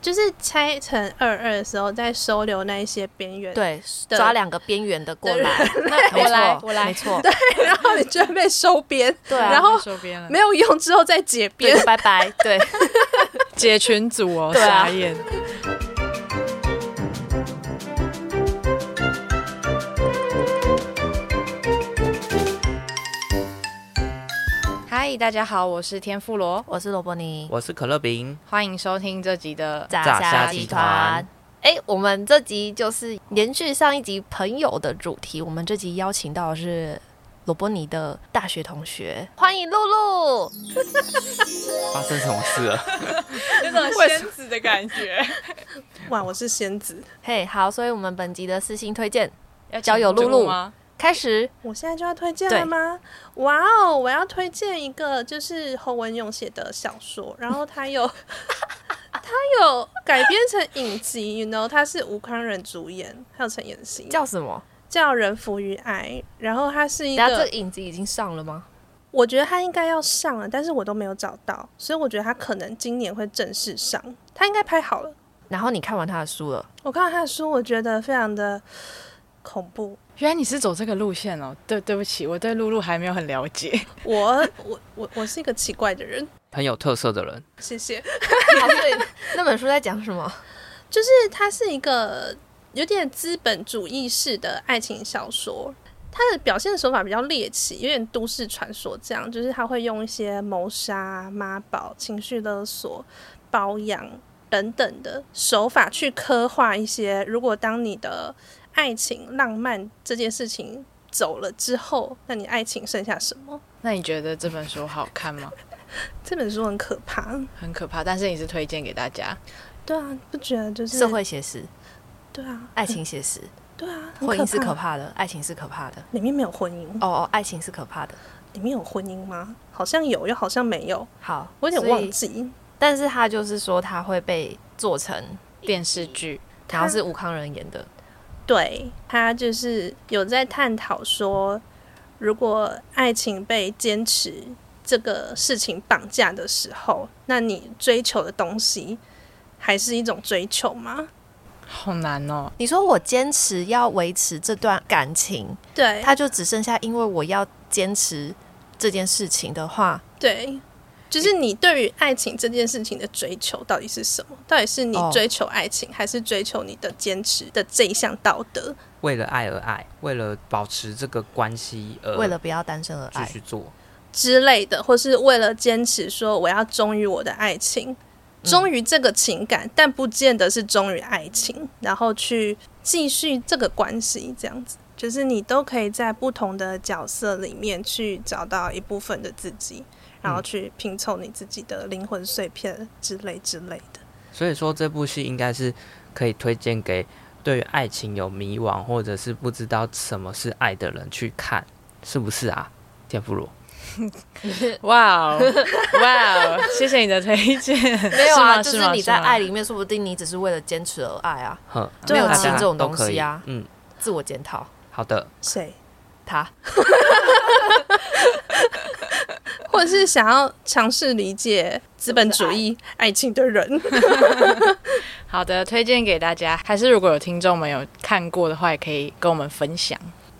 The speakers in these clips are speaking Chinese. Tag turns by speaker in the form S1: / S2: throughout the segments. S1: 就是拆成二二的时候，再收留那一些边缘，，
S2: 对，
S1: 的
S2: 抓两个边缘的过来，
S3: 那
S2: 没
S3: 我来，
S2: 错
S3: 我来
S2: 没，错，
S1: 对， 然后你就会被收编，
S2: 对啊
S1: 然后
S3: 收编了，
S1: 没有用之后再解编
S2: 对，，拜拜，对，
S3: 解群组哦，
S2: 对啊
S3: 傻眼。嗨，大家好，我是天妇罗，
S2: 我是罗伯尼，
S4: 我是可乐饼，
S3: 欢迎收听这集 的
S4: 炸虾集团。
S2: 哎，我们这集就是延续上一集朋友的主题，我们这集邀请到的是罗伯尼的大学同学，欢迎露露。
S4: 发生什么事 了？
S3: 那种 仙子的感觉，
S1: 哇，我是仙子，
S2: 嘿、好，所以我们本集的私信推荐
S3: 要
S2: 交友
S3: 请
S2: 露
S3: 注
S2: 露
S3: 吗？
S2: 开始。
S1: 我现在就要推荐了吗？哇哦，我要推荐一个就是侯文勇写的小说，然后他 有他有改编成影集，you know，他是吴康仁主演，还有陈妍希，叫
S2: 叫什么？
S1: 叫人浮于爱，然后他是一
S2: 然后这
S1: 个
S2: 个，影集已经上了吗？
S1: 我觉得他应该要上了，但是我都没有找到，所以我觉得他可能今年会正式上，他应该拍好了。
S2: 然后你看完他的书了，
S1: 我看到他的书，我觉得非常的恐怖，
S3: 原来你是走这个路线哦，对，对不起，我对露露还没有很了解。
S1: 我我我我是一个奇怪的人，
S4: 很有特色的人，
S1: 谢谢。
S2: 好，所以那本书在讲 什么？
S1: 就是它是一个有点资本主义式的爱情小说。它的表现手法比较猎奇，有点都市传说这样，就是他会用一些谋杀、妈宝、情绪勒索、包养等等的手法去刻画一些，如果当你的爱情浪漫这件事情走了之后，那你爱情剩下什么？
S3: 那你觉得这本书好看吗？
S1: 这本书很可怕，
S3: 很可怕，但是你是推荐给大家。
S1: 对啊，不觉得就是
S2: 社会写实，
S1: 对啊，
S2: 爱情写实，
S1: 对啊，很
S2: 婚姻是可，怕的，爱情是可怕的。
S1: 里面没有婚姻
S2: 哦哦，爱情是可怕的。
S1: 里面有婚姻吗？好像有，又好像没有，
S2: 好，
S1: 我有点
S2: 所以
S1: 忘。记。
S2: 但是他就是说他会被做成，
S3: 电视剧，
S2: 然后是吴康仁演的。
S1: 对他就是有在探讨说，如果爱情被坚持这个事情绑架的时候，那你追求的东西还是一种追求吗？
S3: 好难哦。
S2: 你说我坚持要维持这段感情，
S1: 对，
S2: 他就只剩下因为我要坚持这件事情的话，
S1: 对，就是你对于爱情这件事情的追求到底是什么？到底是你
S2: 哦
S1: 追求爱情，还是追求你的坚持的这一项道德？
S4: 为了爱而爱，为了保持这个关系而
S2: 为了不要单身而
S4: 呃继
S2: 爱，
S4: 续做。
S1: 之类的，或是为了坚持说我要忠于我的爱情，忠于这个情感，但不见得是忠于爱情，然后去继续这个关系，这样子，就是你都可以在不同的角色里面去找到一部分的自己，然后去拼凑你自己的灵魂碎片之类之类的。
S4: 所以说这部戏应该是可以推荐给对于爱情有迷惘或者是不知道什么是爱的人去看，是不是啊？天妇罗，
S3: 哇哦，哇哦， 谢谢你的推荐。
S2: 没有啊，
S3: 吗
S2: 就是是
S3: 吗
S2: 你在
S3: 吗
S2: 爱里面，说不定你只是为了坚持而爱啊，
S4: 哼，
S1: 对啊没
S4: 大
S1: 有
S4: 家
S1: 情
S2: 这种
S4: 都
S2: 东
S4: 可以
S2: 西啊
S4: 嗯，
S2: 自我检讨。
S4: 好的，
S1: 谁？
S2: 他
S1: 或者是想要尝试理解资本主义爱情的人，
S3: 好的，推荐给大家。还是如果有听众们有看过的话，也可以跟我们分享。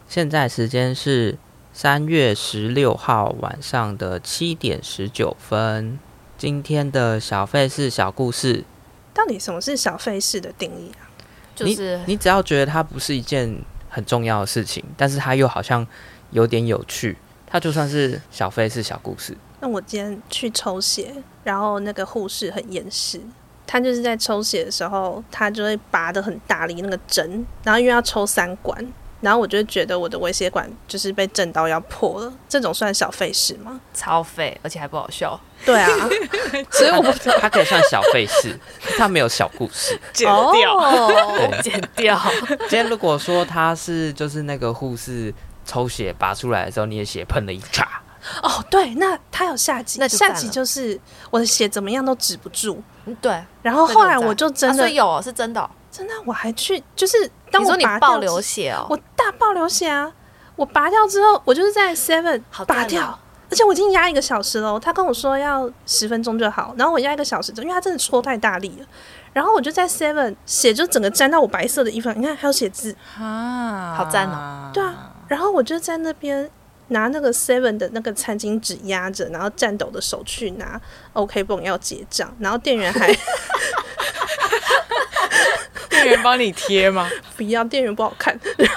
S4: 现在时间是三月十六号晚上的七点十九分。今天的小费是小故事，
S1: 到底什么是小费式的定义啊？
S2: 就是
S4: 你只要觉得它不是一件很重要的事情，但是它又好像有点有趣，它就算是小费是小故事。
S1: 那我今天去抽血，然后那个护士很严实，她就是在抽血的时候，她就会拔的很大力那个针，然后因为要抽三管，然后我就觉得我的微血管就是被震到要破了，这种算小费事吗？
S2: 超废，而且还不好笑。
S1: 对啊，
S4: 所以我不知道它可以算小费 事，它没有小故事。
S3: 剪
S2: 哦，
S4: 对
S2: 剪掉。
S4: 今天如果说它是就是那个护士抽血拔出来的时候，你的血喷了一叉，
S1: 哦对，那她有下集，
S2: 那就
S1: 下
S2: 赞
S1: 集
S2: 了
S1: 就是我的血怎么样都止不住，
S2: 嗯对，
S1: 然后后来我就真
S2: 啊
S1: 的、
S2: 所以有哦是真的哦。
S1: 真的我还去就是当
S2: 你
S1: 我
S2: 说你
S1: 拔
S2: 爆
S1: 掉
S2: 流
S1: 之
S2: 血哦，
S1: 我大爆流血啊！我拔掉之后，我就是在 Seven
S2: 好赞哦
S1: 拔掉，而且我已经压一个小时了哦。他跟我说要十分钟就好，然后我压一个小时，因为他真的戳太大力了。然后我就在 Seven 血就整个沾到我白色的衣服，你看还有血渍。
S3: 啊，
S2: 好赞
S3: 哦
S1: 对啊，然后我就在那边拿那个 Seven 的那个餐巾纸压着，然后颤抖的手去拿 OK 绷要结账，然后店员还
S3: 店员帮你贴吗？
S1: 不要，店员不好看。然后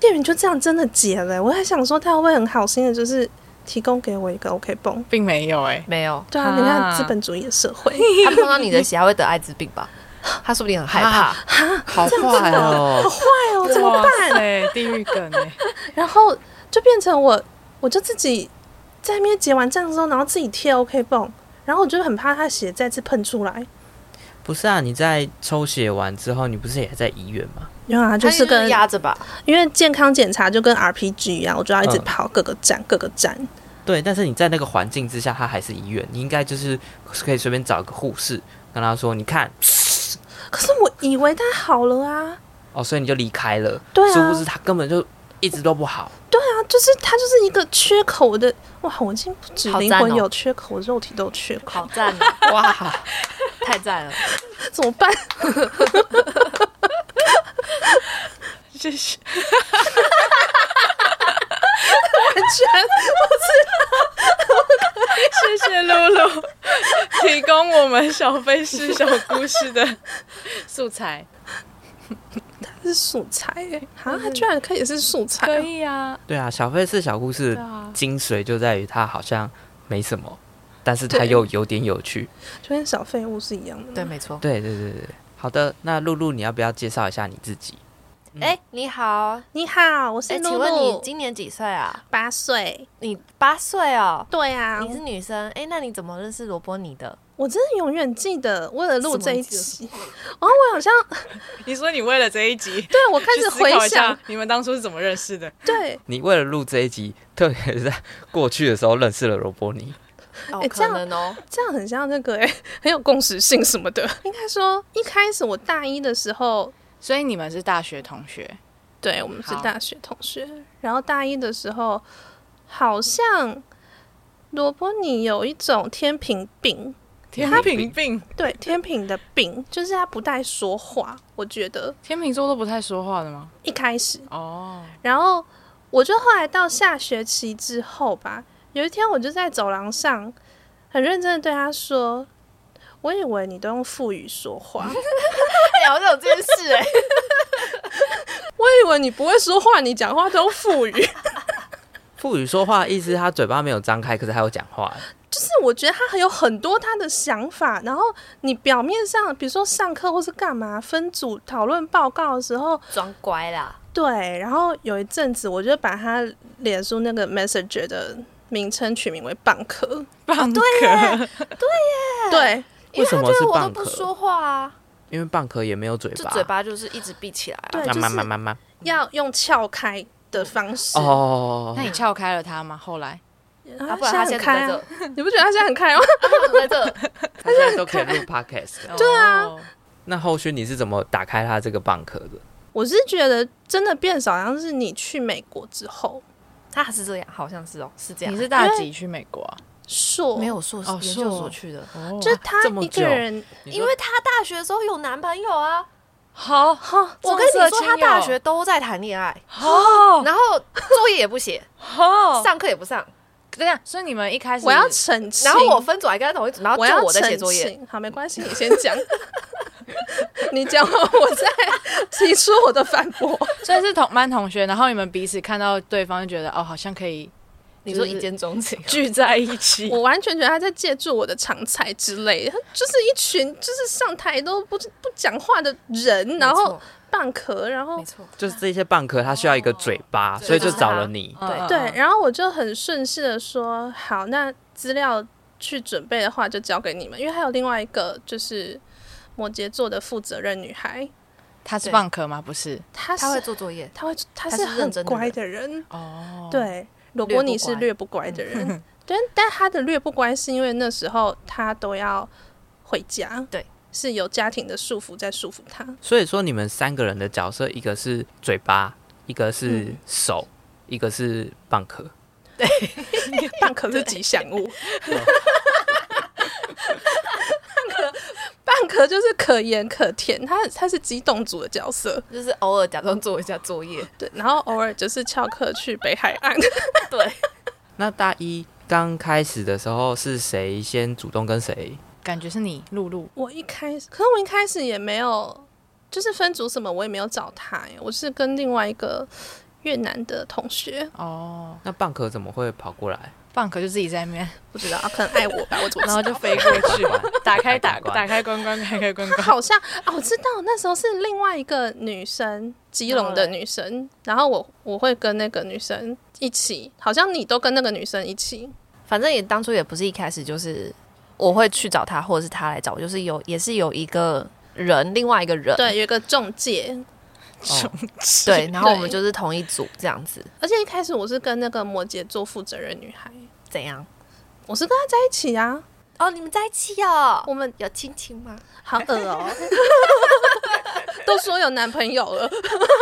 S1: 店员就这样真的结了，我还想说他会不会很好心的，就是提供给我一个 OK 绷。
S3: 并没有哎、
S2: 没有，
S1: 对啊，
S3: 啊
S1: 你看资本主义的社会，
S2: 他碰到你的血，他会得艾滋病 吧？他说不定很害怕。
S3: 啊好坏哦，
S4: 哦，
S1: 哎 呦怎么
S3: 哇
S1: 办？
S3: 塞，地狱梗哎、
S1: 然后就变成我，我就自己在那边结完账之后，然后自己贴 OK 绷，然后我就很怕他血再次喷出来。
S4: 不是啊，你在抽血完之后，你不是也在医院吗？
S1: 因为啊，
S2: 他
S1: 就是跟
S2: 压着吧，
S1: 因为健康检查就跟 RPG 一样，我就要一直
S4: 嗯
S1: 跑各个站、各个站。
S4: 对，但是你在那个环境之下，它还是医院，你应该就是可以随便找一个护士，跟他说，你看，
S1: 可是我以为他好了啊，
S4: 哦，所以你就离开了。
S1: 对啊
S4: 殊不知他根本就一直都不好。
S1: 啊，就是他就是一个缺口的。哇，我已经不止
S2: 好赞
S1: 灵
S2: 哦
S1: 魂有缺口，肉体都有缺口，
S2: 好赞哦！ 哇，太赞了！
S1: 怎么办？
S3: 谢谢。
S1: 完全
S3: 谢谢露露提供我们小飞是小故事的素材。
S1: 是素材哎、好像他居然可以是素材
S3: 可
S1: 哦，
S3: 以啊，
S4: 对啊，小费是小故事
S3: 对啊，
S4: 精髓就在于它好像没什么，但是它
S1: 对
S4: 又有点有趣。
S1: 就跟小废物是一样的。
S2: 对，，没错。
S4: 对对对对，好的，那露露，你要不要介绍一下你自己？
S2: 哎，你好，
S1: 你好，我是
S2: 哎，
S1: 露
S2: 请问你
S1: 露，
S2: 今年几岁啊？
S1: 八岁。
S2: 你八岁哦，
S1: 对啊，
S2: 你是女生。哎，那你怎么认识罗伯尼的？
S1: 我真的永远记得，为了录这一
S2: 什
S1: 期，然后我好像
S3: 你说你为了这一集，
S1: 对我开
S3: 去
S1: 始
S3: 思考
S1: 回
S3: 一下
S1: 想，
S3: 你们当初是怎么认识的？
S1: 对，
S4: 你为了录这一集，特别是在过去的时候认识了罗伯尼。
S2: 哦
S1: 哎，这
S2: 可
S1: 样
S2: 能哦。
S1: 这样很像那个哎、很有共识性什么的。应该说，一开始我大一的时候，
S3: 所以你们是大学同学，
S1: 对我们是
S3: 好
S1: 大学同学，然后大一的时候，好像罗伯尼有一种天平病，
S3: 天平病，
S1: 对天平的病，就是他不太说话，我觉得
S3: 天秤座都不太说话的吗？
S1: 一开始，
S3: 哦，
S1: 然后我就后来到下学期之后吧，有一天我就在走廊上很认真的对他说。我以为你都用腹语说话，
S2: 哎，好像有这件事哎。
S1: 我以为你不会说话，你讲话都腹语。就
S4: 富宇说话意思，他嘴巴没有张开，可是他有讲话。
S1: 是我觉得他还有很多他的想法，然后你表面上，比如说上课或是干嘛，分组讨论报告的时候，
S2: 装乖啦，
S1: 对。然后有一阵子，我就把他脸书那个 Messenger 的名称取名为“蚌壳
S3: 棒壳，”，
S2: 嗯
S1: 对，
S2: 因他
S4: 为什
S2: 觉
S4: 么是
S2: 得我都
S4: 蚌
S2: 不
S4: 壳
S2: 说话啊，
S4: 因为蚌壳也没有嘴
S2: 就
S4: 巴，
S2: 嘴巴就是一直闭起来啊。
S1: 对
S4: 慢慢
S1: 就是
S4: 慢慢慢。
S1: 要用撬开的方式。
S4: 哦
S3: 那，你撬开了他吗？后来
S1: 然
S2: 啊，
S1: 后
S2: 不然他
S1: 现在很
S2: 现在
S1: 开
S2: 在这，
S1: 啊
S2: 啊，
S1: 你不觉得他现在很开吗？
S2: 他怎么在这？
S4: 他现在都可以录 podcast 了。
S3: 对啊，
S4: 那后续你是怎么打开他这个蚌壳的？
S1: 我是觉得真的变少，好像是你去美国之后，
S2: 他还是这样，好像是哦，是这样。
S3: 啊你是大几去美国啊？
S1: 硕
S2: 没，有啊硕士
S3: 哦
S2: 研究
S3: 硕
S2: 所去的？
S3: 哦
S1: 就是
S4: 哇
S1: 他
S4: 这么
S1: 一个
S4: 久
S1: 人
S2: 因为她大学的时候有男朋友啊。
S3: 好，
S1: 哈。
S2: 我跟你
S3: 重色
S2: 说，
S3: 轻
S2: 她
S3: 友
S2: 大学都在谈恋爱，
S3: 好，
S2: 然后作业也不写，
S3: 好，
S2: 上课也不上，
S3: 等一下，所以你们一开始
S1: 我要澄清。
S2: 然后我分组还跟她同一组，然后
S1: 我
S2: 就
S1: 要
S2: 啊我在
S1: 澄
S2: 写作业。
S1: 清好，没关系，你先讲。 你讲完，我 再提出我的反驳。
S3: 所以是同班同学，然后你们彼此看到对方就觉得哦，好像可以嗯
S2: 你说一见钟 情，
S3: 聚在一 起。
S1: 我完全觉得他在借助我的长才之类的，他就是一群就是上台都不不讲话的人，然后蚌壳，然后
S2: 没错，
S4: 就是这些蚌壳，它需要一个嘴巴，
S3: 哦
S4: 所以就找了你。
S3: 嗯
S2: 对
S3: 嗯
S1: 对，
S3: 嗯
S1: 然后我就很顺势的说，好，那资料去准备的话就交给你们，因为还有另外一个就是摩羯座的负责任女孩，
S3: 他是
S2: 对
S3: 蚌壳吗？不是
S1: 她是
S2: 她会做作业，
S1: 她会她
S2: 她
S1: 是
S2: 是认
S1: 很
S2: 真的
S1: 乖
S2: 人
S1: 的人，
S3: 哦，，
S1: 对，罗
S2: 略
S1: 伯
S2: 不
S1: 尼是
S2: 乖嗯
S1: 略不乖的 人，但但他的略不乖是因为那时候他都要回家，
S2: 对，
S1: 是有家庭的束缚在束缚他，
S4: 所以说你们三个人的角色，一个是嘴巴，一个是
S3: 嗯
S4: 手，一个是蚌壳。
S1: 蚌壳是吉祥物，可就是可盐可甜，他他是激动组的角色，
S2: 就是偶尔假装做一下作业。
S1: 对，然后偶尔就是翘课去北海 岸，
S2: 对，
S4: 那大一刚开始的时候是谁先主动跟谁？
S3: 感觉是你露露，
S1: 我一开始，可是我一开始也没有，就是分组什么我也没有找他耶，我是跟另外一个越南的同学，
S3: 哦，
S4: 那蚌壳怎么会跑过来？
S3: 蚌壳就自己在那边，
S1: 不知道啊可能爱我 吧，我怎么知
S3: 然
S1: 道
S3: 后就飞过去， 打开打
S4: 打关
S3: 打开关关开开关关，
S1: 好像啊，我知道那时候是另外一个女生，基隆
S2: 嗯
S1: 的女生，然后我我会跟那个女生一起，好像你都跟那个女生一起，
S2: 反正也当初也不是一开始就是我会去找他，或者是他来找我，就是有也是有一个人，另外一个人，
S1: 对，有一个中介，
S4: 哦
S2: 对，然后我们
S1: 对
S2: 就是同一组这样子，
S1: 而且一开始我是跟那个摩羯座负责任女孩，
S2: 怎样？
S1: 我是跟她在一起啊，
S2: 哦，你们在一起哦，
S1: 我们
S2: 有亲亲吗？
S1: 好恶哦、 都说有男朋友了，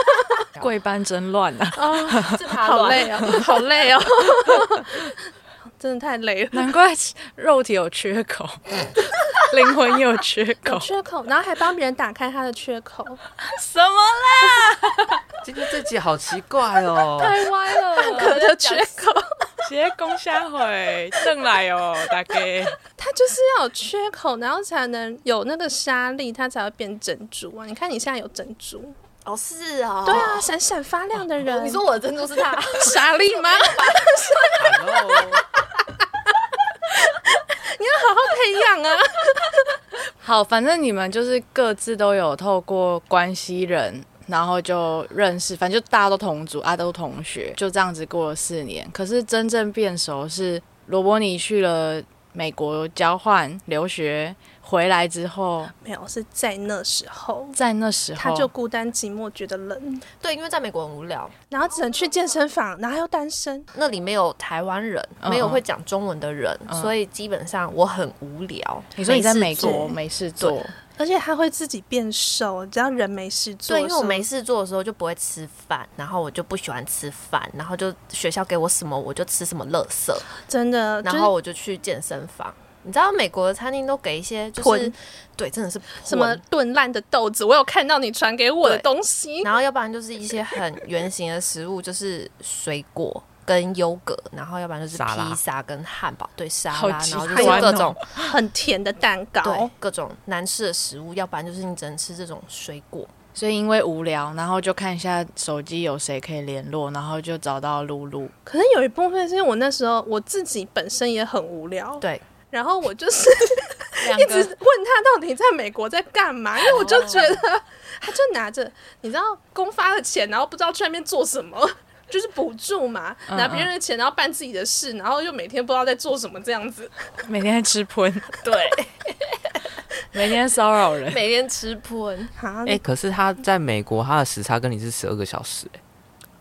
S3: 贵班真乱啊！
S2: 是
S1: 好累哦、好累哦、 真的太累了。
S3: 难怪肉体有缺 口，灵魂也有缺口
S1: 有，缺口，然后还帮别人打开他的缺 口，
S3: 什么 啦？
S4: 今天这集好奇怪 哦，
S3: 啊
S2: 太歪 了，半
S1: 可的缺口，
S3: 直接攻下回，正来哦，大概
S1: 它就是要有缺口，然后才能有那个沙粒，它才会变珍珠啊！你看你现在有珍珠，
S2: 哦，是哦，
S1: 对啊，闪闪发亮的人，
S2: 你说我的珍 珠是他，
S1: 沙粒吗？
S4: Hello
S1: 你要好好培养啊！
S3: 好，反正你们就是各自都有透过关系人，然后就认识，反正就大家都同组，啊，都同学，就这样子过了四年。可是真正变熟是罗伯尼去了美国交换留学回来之后，
S1: 没有，是在那时候，
S3: 在那时候
S1: 他就孤单寂寞，觉得冷，
S2: 对，因为在美国很无聊，
S1: 然后只能去健身房，然后又单身，
S2: 那里没有台湾人，
S3: 嗯
S2: 没有会讲中文的人，
S3: 嗯
S2: 所以基本上我很无聊。
S3: 你说你在美
S2: 没事做
S3: 国没事做，
S1: 而且他会自己变瘦，只要人没事做
S2: 对，
S1: 的时候，
S2: 因为我没事做的时候就不会吃饭，然后我就不喜欢吃饭，然后就学校给我什么我就吃什么垃圾，
S1: 真
S3: 呃
S1: 的，
S2: 然后我就去健身房。你知道美国的餐厅都给一些就是
S1: 囤
S3: 嗯
S2: 对，真的是
S1: 就是什么
S2: 囤
S1: 炖烂的豆子，我有看到你传给我的
S2: 对
S1: 东西，
S2: 然后要不然就是一些很圆形的食物，就是水果跟优格，然后要不然就是
S4: 沙拉
S2: 披萨跟汉堡，对沙
S3: 好
S2: 拉，
S3: 极
S2: 然后就
S3: 端
S2: 是
S3: 哦
S2: 各种
S1: 很甜的蛋
S2: 对
S1: 糕，
S2: 各种难吃的食物，要不然就是你只能吃这种水果。
S3: 所以因为无聊，然后就看一下手机有谁可以联络，然后就找到露露。
S1: 可能有一部分是因为我那时候我自己本身也很无聊，
S2: 对，
S1: 然后我就是
S3: 两
S1: 一直问他到底在美国在干嘛，因为我
S2: 哦
S1: 就觉得 他就拿着你知道公发的钱，然后不知道去那边做什么。 就是补助嘛，
S3: 嗯
S1: 拿别人的钱，然后办自己的事，然后又每天不知道在做什么这样子。
S3: 每天在吃喷，
S2: 对，
S3: 每天骚扰人。
S2: 每天吃喷，
S1: 哈，
S4: 哎、可是他在美国，他的时差跟你是十二个小时、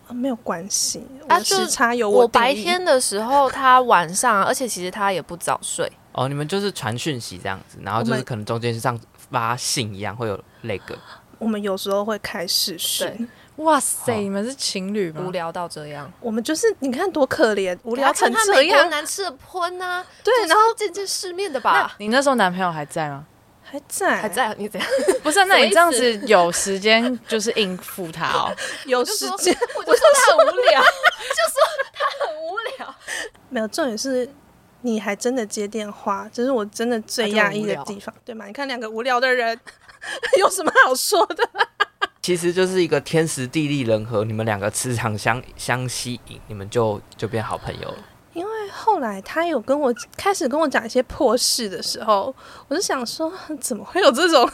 S4: 哎
S1: 没有关系，我
S2: 啊
S1: 的
S2: 就
S1: 时差有定
S2: 我
S1: 义
S2: 白天的时候，他晚上，而且其实他也不早睡，
S4: 哦，你们就是传讯息这样子，然后
S1: 我
S4: 就是
S1: 们
S4: 可能中间像发信一样会有那个，
S1: 我们有时候会开视
S2: 对
S1: 讯，
S3: 哇塞，
S4: 好
S3: 你们是情侣
S2: 无
S3: 吗？
S2: 聊到这样，
S1: 我们就是你看多可怜，无
S2: 嗯无
S1: 聊成
S2: 他
S1: 这
S2: 美国
S1: 样。
S2: 难吃的喷啊，
S1: 对
S2: 就是，
S1: 然后
S2: 见见世面的
S3: 那
S2: 吧，
S3: 你那时候男朋友还在吗？
S1: 还在
S2: 还在你怎样？
S3: 不是啊，那
S2: 什么
S3: 你
S2: 意思
S3: 这样子有时间就是应付他 哦。
S1: 有
S2: 就
S1: 时
S2: 说
S1: 间，
S2: 我 就说他很无聊， 就说他很无聊。
S1: 没有，重点是你还真的接电话，这是我真的最
S2: 那就
S1: 压
S2: 很
S1: 抑的
S2: 无聊
S1: 地方，对吗？你看两个无聊的人 有什么好说的？
S4: 其实就是一个天时地利人和，你们两个磁场相相吸引，你们就就变好朋友了。
S1: 因为后来他有跟我开始跟我讲一些破事的时候，我就想说，怎么会有这种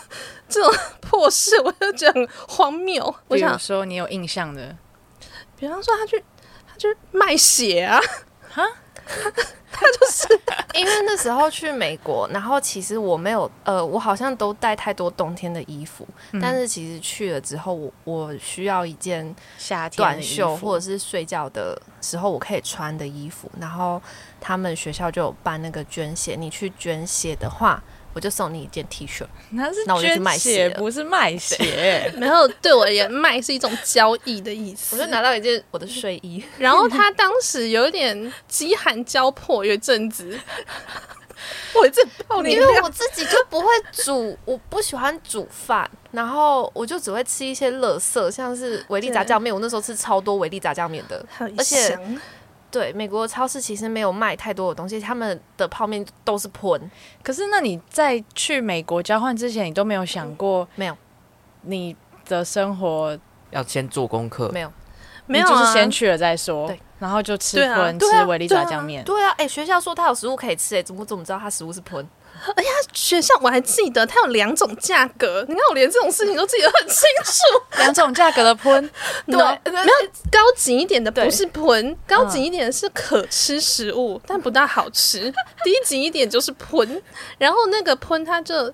S1: 这种 破事？我就觉得很荒谬。我
S3: 比如
S1: 想，
S3: 说你有印象的，
S1: 比方说他去他去卖血 啊，
S2: 因为那时候去美国，然后其实我没有，呃，我好像都带太多冬天的衣服，但是其实去了之后，我我需要一件
S3: 夏天的
S2: 短
S3: 衣服
S2: 袖或者是睡觉的时候我可以穿的衣服。然后他们学校就有办那个捐血，你去捐血的话，我就送你一件 T 恤。
S3: 那是
S2: 那我就去
S3: 捐
S2: 卖
S3: 血
S2: 血，
S3: 不是卖血。
S1: 然后对我而言，卖是一种交易的意思。
S2: 我就拿到一件我的睡衣，
S1: 然后他当时有一点饥寒交迫，有一阵子，我这 爆你
S2: 因
S1: 料，
S2: 为我自己就不会煮，我不喜欢煮饭，然后我就只会吃一些垃圾，像是维力炸酱面，我那时候吃超多维力炸酱面的。
S1: 还有一
S2: 而且
S1: 箱
S2: 对，美国超市其实没有卖太多的东西，他们的泡面都是喷，
S3: 可是那你在去美国交换之前，你都没有想过
S2: 没有
S3: 你的生活，
S4: 要先做功课
S2: 没。有。
S1: 没有、
S3: 你
S1: 啊、
S3: 就是先去了再说，
S2: 对，
S3: 然后就吃
S1: 对啊
S3: 荤、
S1: 对啊
S3: 吃维力炸酱面，
S2: 对啊，哎、学校说他有食物可以吃、哎，怎么怎么知道他食物是喷？
S1: 学校我还记得它有两种价格，你看我连这种事情都记得很清楚。
S3: 两种价格的荤，
S2: 对
S1: No，
S2: 对
S1: 没有高级一点的
S2: 对
S1: 不是盆，高级一点的是可吃食物，但不大好 吃。低级一点就是盆，然后那个盆它就。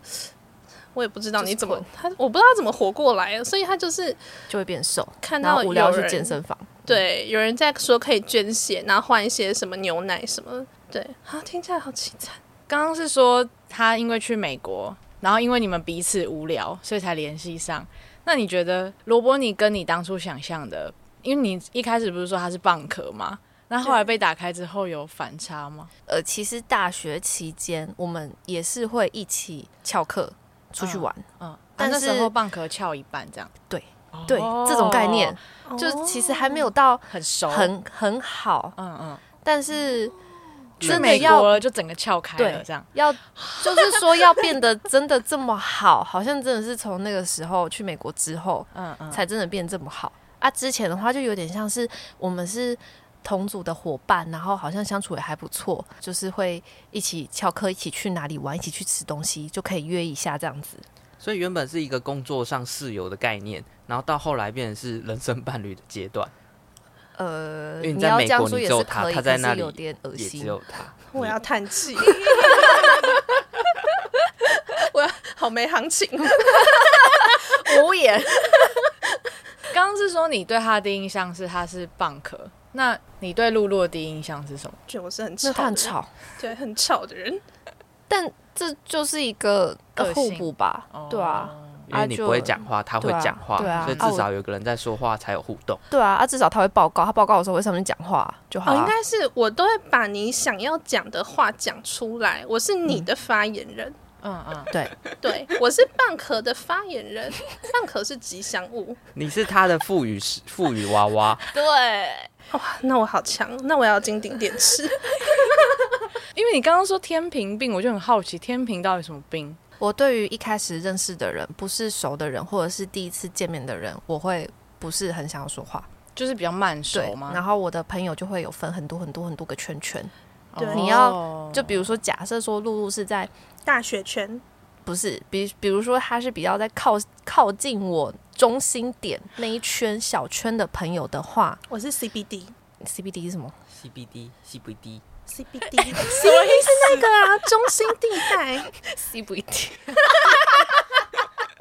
S1: 我也不知道
S2: 就是
S1: 你怎么
S2: 盆，
S1: 他我不知道它怎么活过来的，所以他就是
S2: 就会变瘦，
S1: 看
S2: 然
S1: 到
S2: 后无聊
S1: 有
S2: 去
S1: 人
S2: 健身房。
S1: 对，有人在说可以捐血，然后换一些什么牛奶什么的，对，啊，听起来好凄惨。
S3: 刚刚是说他因为去美国，然后因为你们彼此无聊，所以才联系上。那你觉得罗伯尼跟你当初想象的，因为你一开始不是说他是蚌壳吗？那后来被打开之后有反差吗？
S2: 呃，其实大学期间我们也是会一起翘课出去玩，
S3: 嗯，啊
S2: 但
S3: 那
S2: 是
S3: 时候蚌壳翘一半这样，
S2: 对
S3: 哦
S2: 对，这种概念就
S1: 哦
S2: 其实还没有到
S3: 很熟，
S2: 很很好，
S3: 嗯嗯，
S2: 但是
S3: 去
S2: 真的
S3: 美国
S2: 要
S3: 了就整个翘开了
S2: 对
S3: 这样。
S2: 要就是说要变得真的这么好，好像真的是从那个时候去美国之后
S3: 嗯嗯，
S2: 才真的变这么好啊。之前的话就有点像是我们是。同组的伙伴，然后好像相处也还不错，就是会一起翘课，一起去哪里玩，一起去吃东西，就可以约一下这样子。
S4: 所以原本是一个工作上室友的概念，然后到后来变成是人生伴侣的阶段，
S2: 呃，
S4: 因为你
S2: 你
S4: 在
S2: 要
S4: 美
S2: 这样
S4: 国
S2: 说
S4: 你
S2: 也
S4: 只有
S2: 是
S4: 他
S2: 可以，
S4: 他
S2: 可
S4: 在
S2: 是
S4: 那里
S2: 有点恶
S4: 也只
S2: 心。
S4: 有他。
S1: 我要叹气，我要好没行情。啊
S2: 无言。
S3: 刚刚是说你对他的第一印象是他是蚌壳，那你对露露的第一印象是什么？
S1: 觉得我是很吵，
S2: 那他很，吵，
S1: 对，很吵的人。
S2: 但这就是一个
S3: 个哦
S2: 互
S3: 性
S2: 补吧？对啊，
S4: 因为你不会讲话，他会讲话，
S2: 对啊
S4: 所以至少有个人在说话才有互动。
S2: 对啊，啊，至少他会报告，他报告的时候会上面讲话就好
S1: 哦，
S2: 啊了。
S1: 应该是我都会把你想要讲的话讲出来，我是你的发言人，
S3: 嗯嗯，
S2: 对，
S1: 对我是蚌壳的发言 人，蚌壳是吉祥物。
S4: 你是他的赋予是赋予娃 娃，
S2: 对，
S1: 哇，啊那我好强，那我要金顶电池。
S3: 因为你刚刚说天平病，我就很好奇天平到底什么病？
S2: 我对于一开始认识的人，不是熟的人，或者是第一次见面的人，我会不是很想要说话。
S3: 就是比较慢
S2: 对
S3: 熟，吗？
S2: 然后我的朋友就会有分很多很多很多个圈圈。
S1: 对
S3: 哦
S2: 你要就比如说，假设说露露是在
S1: 大雪圈，
S2: 不是，比比如说他是比较在靠靠近我中心点那一圈小圈的朋友的话
S1: 我是 CBD。
S2: ，CBD 是什么？
S4: CBD CBD，
S1: CBD 什么意思？那个啊， 中心地带。
S2: CBD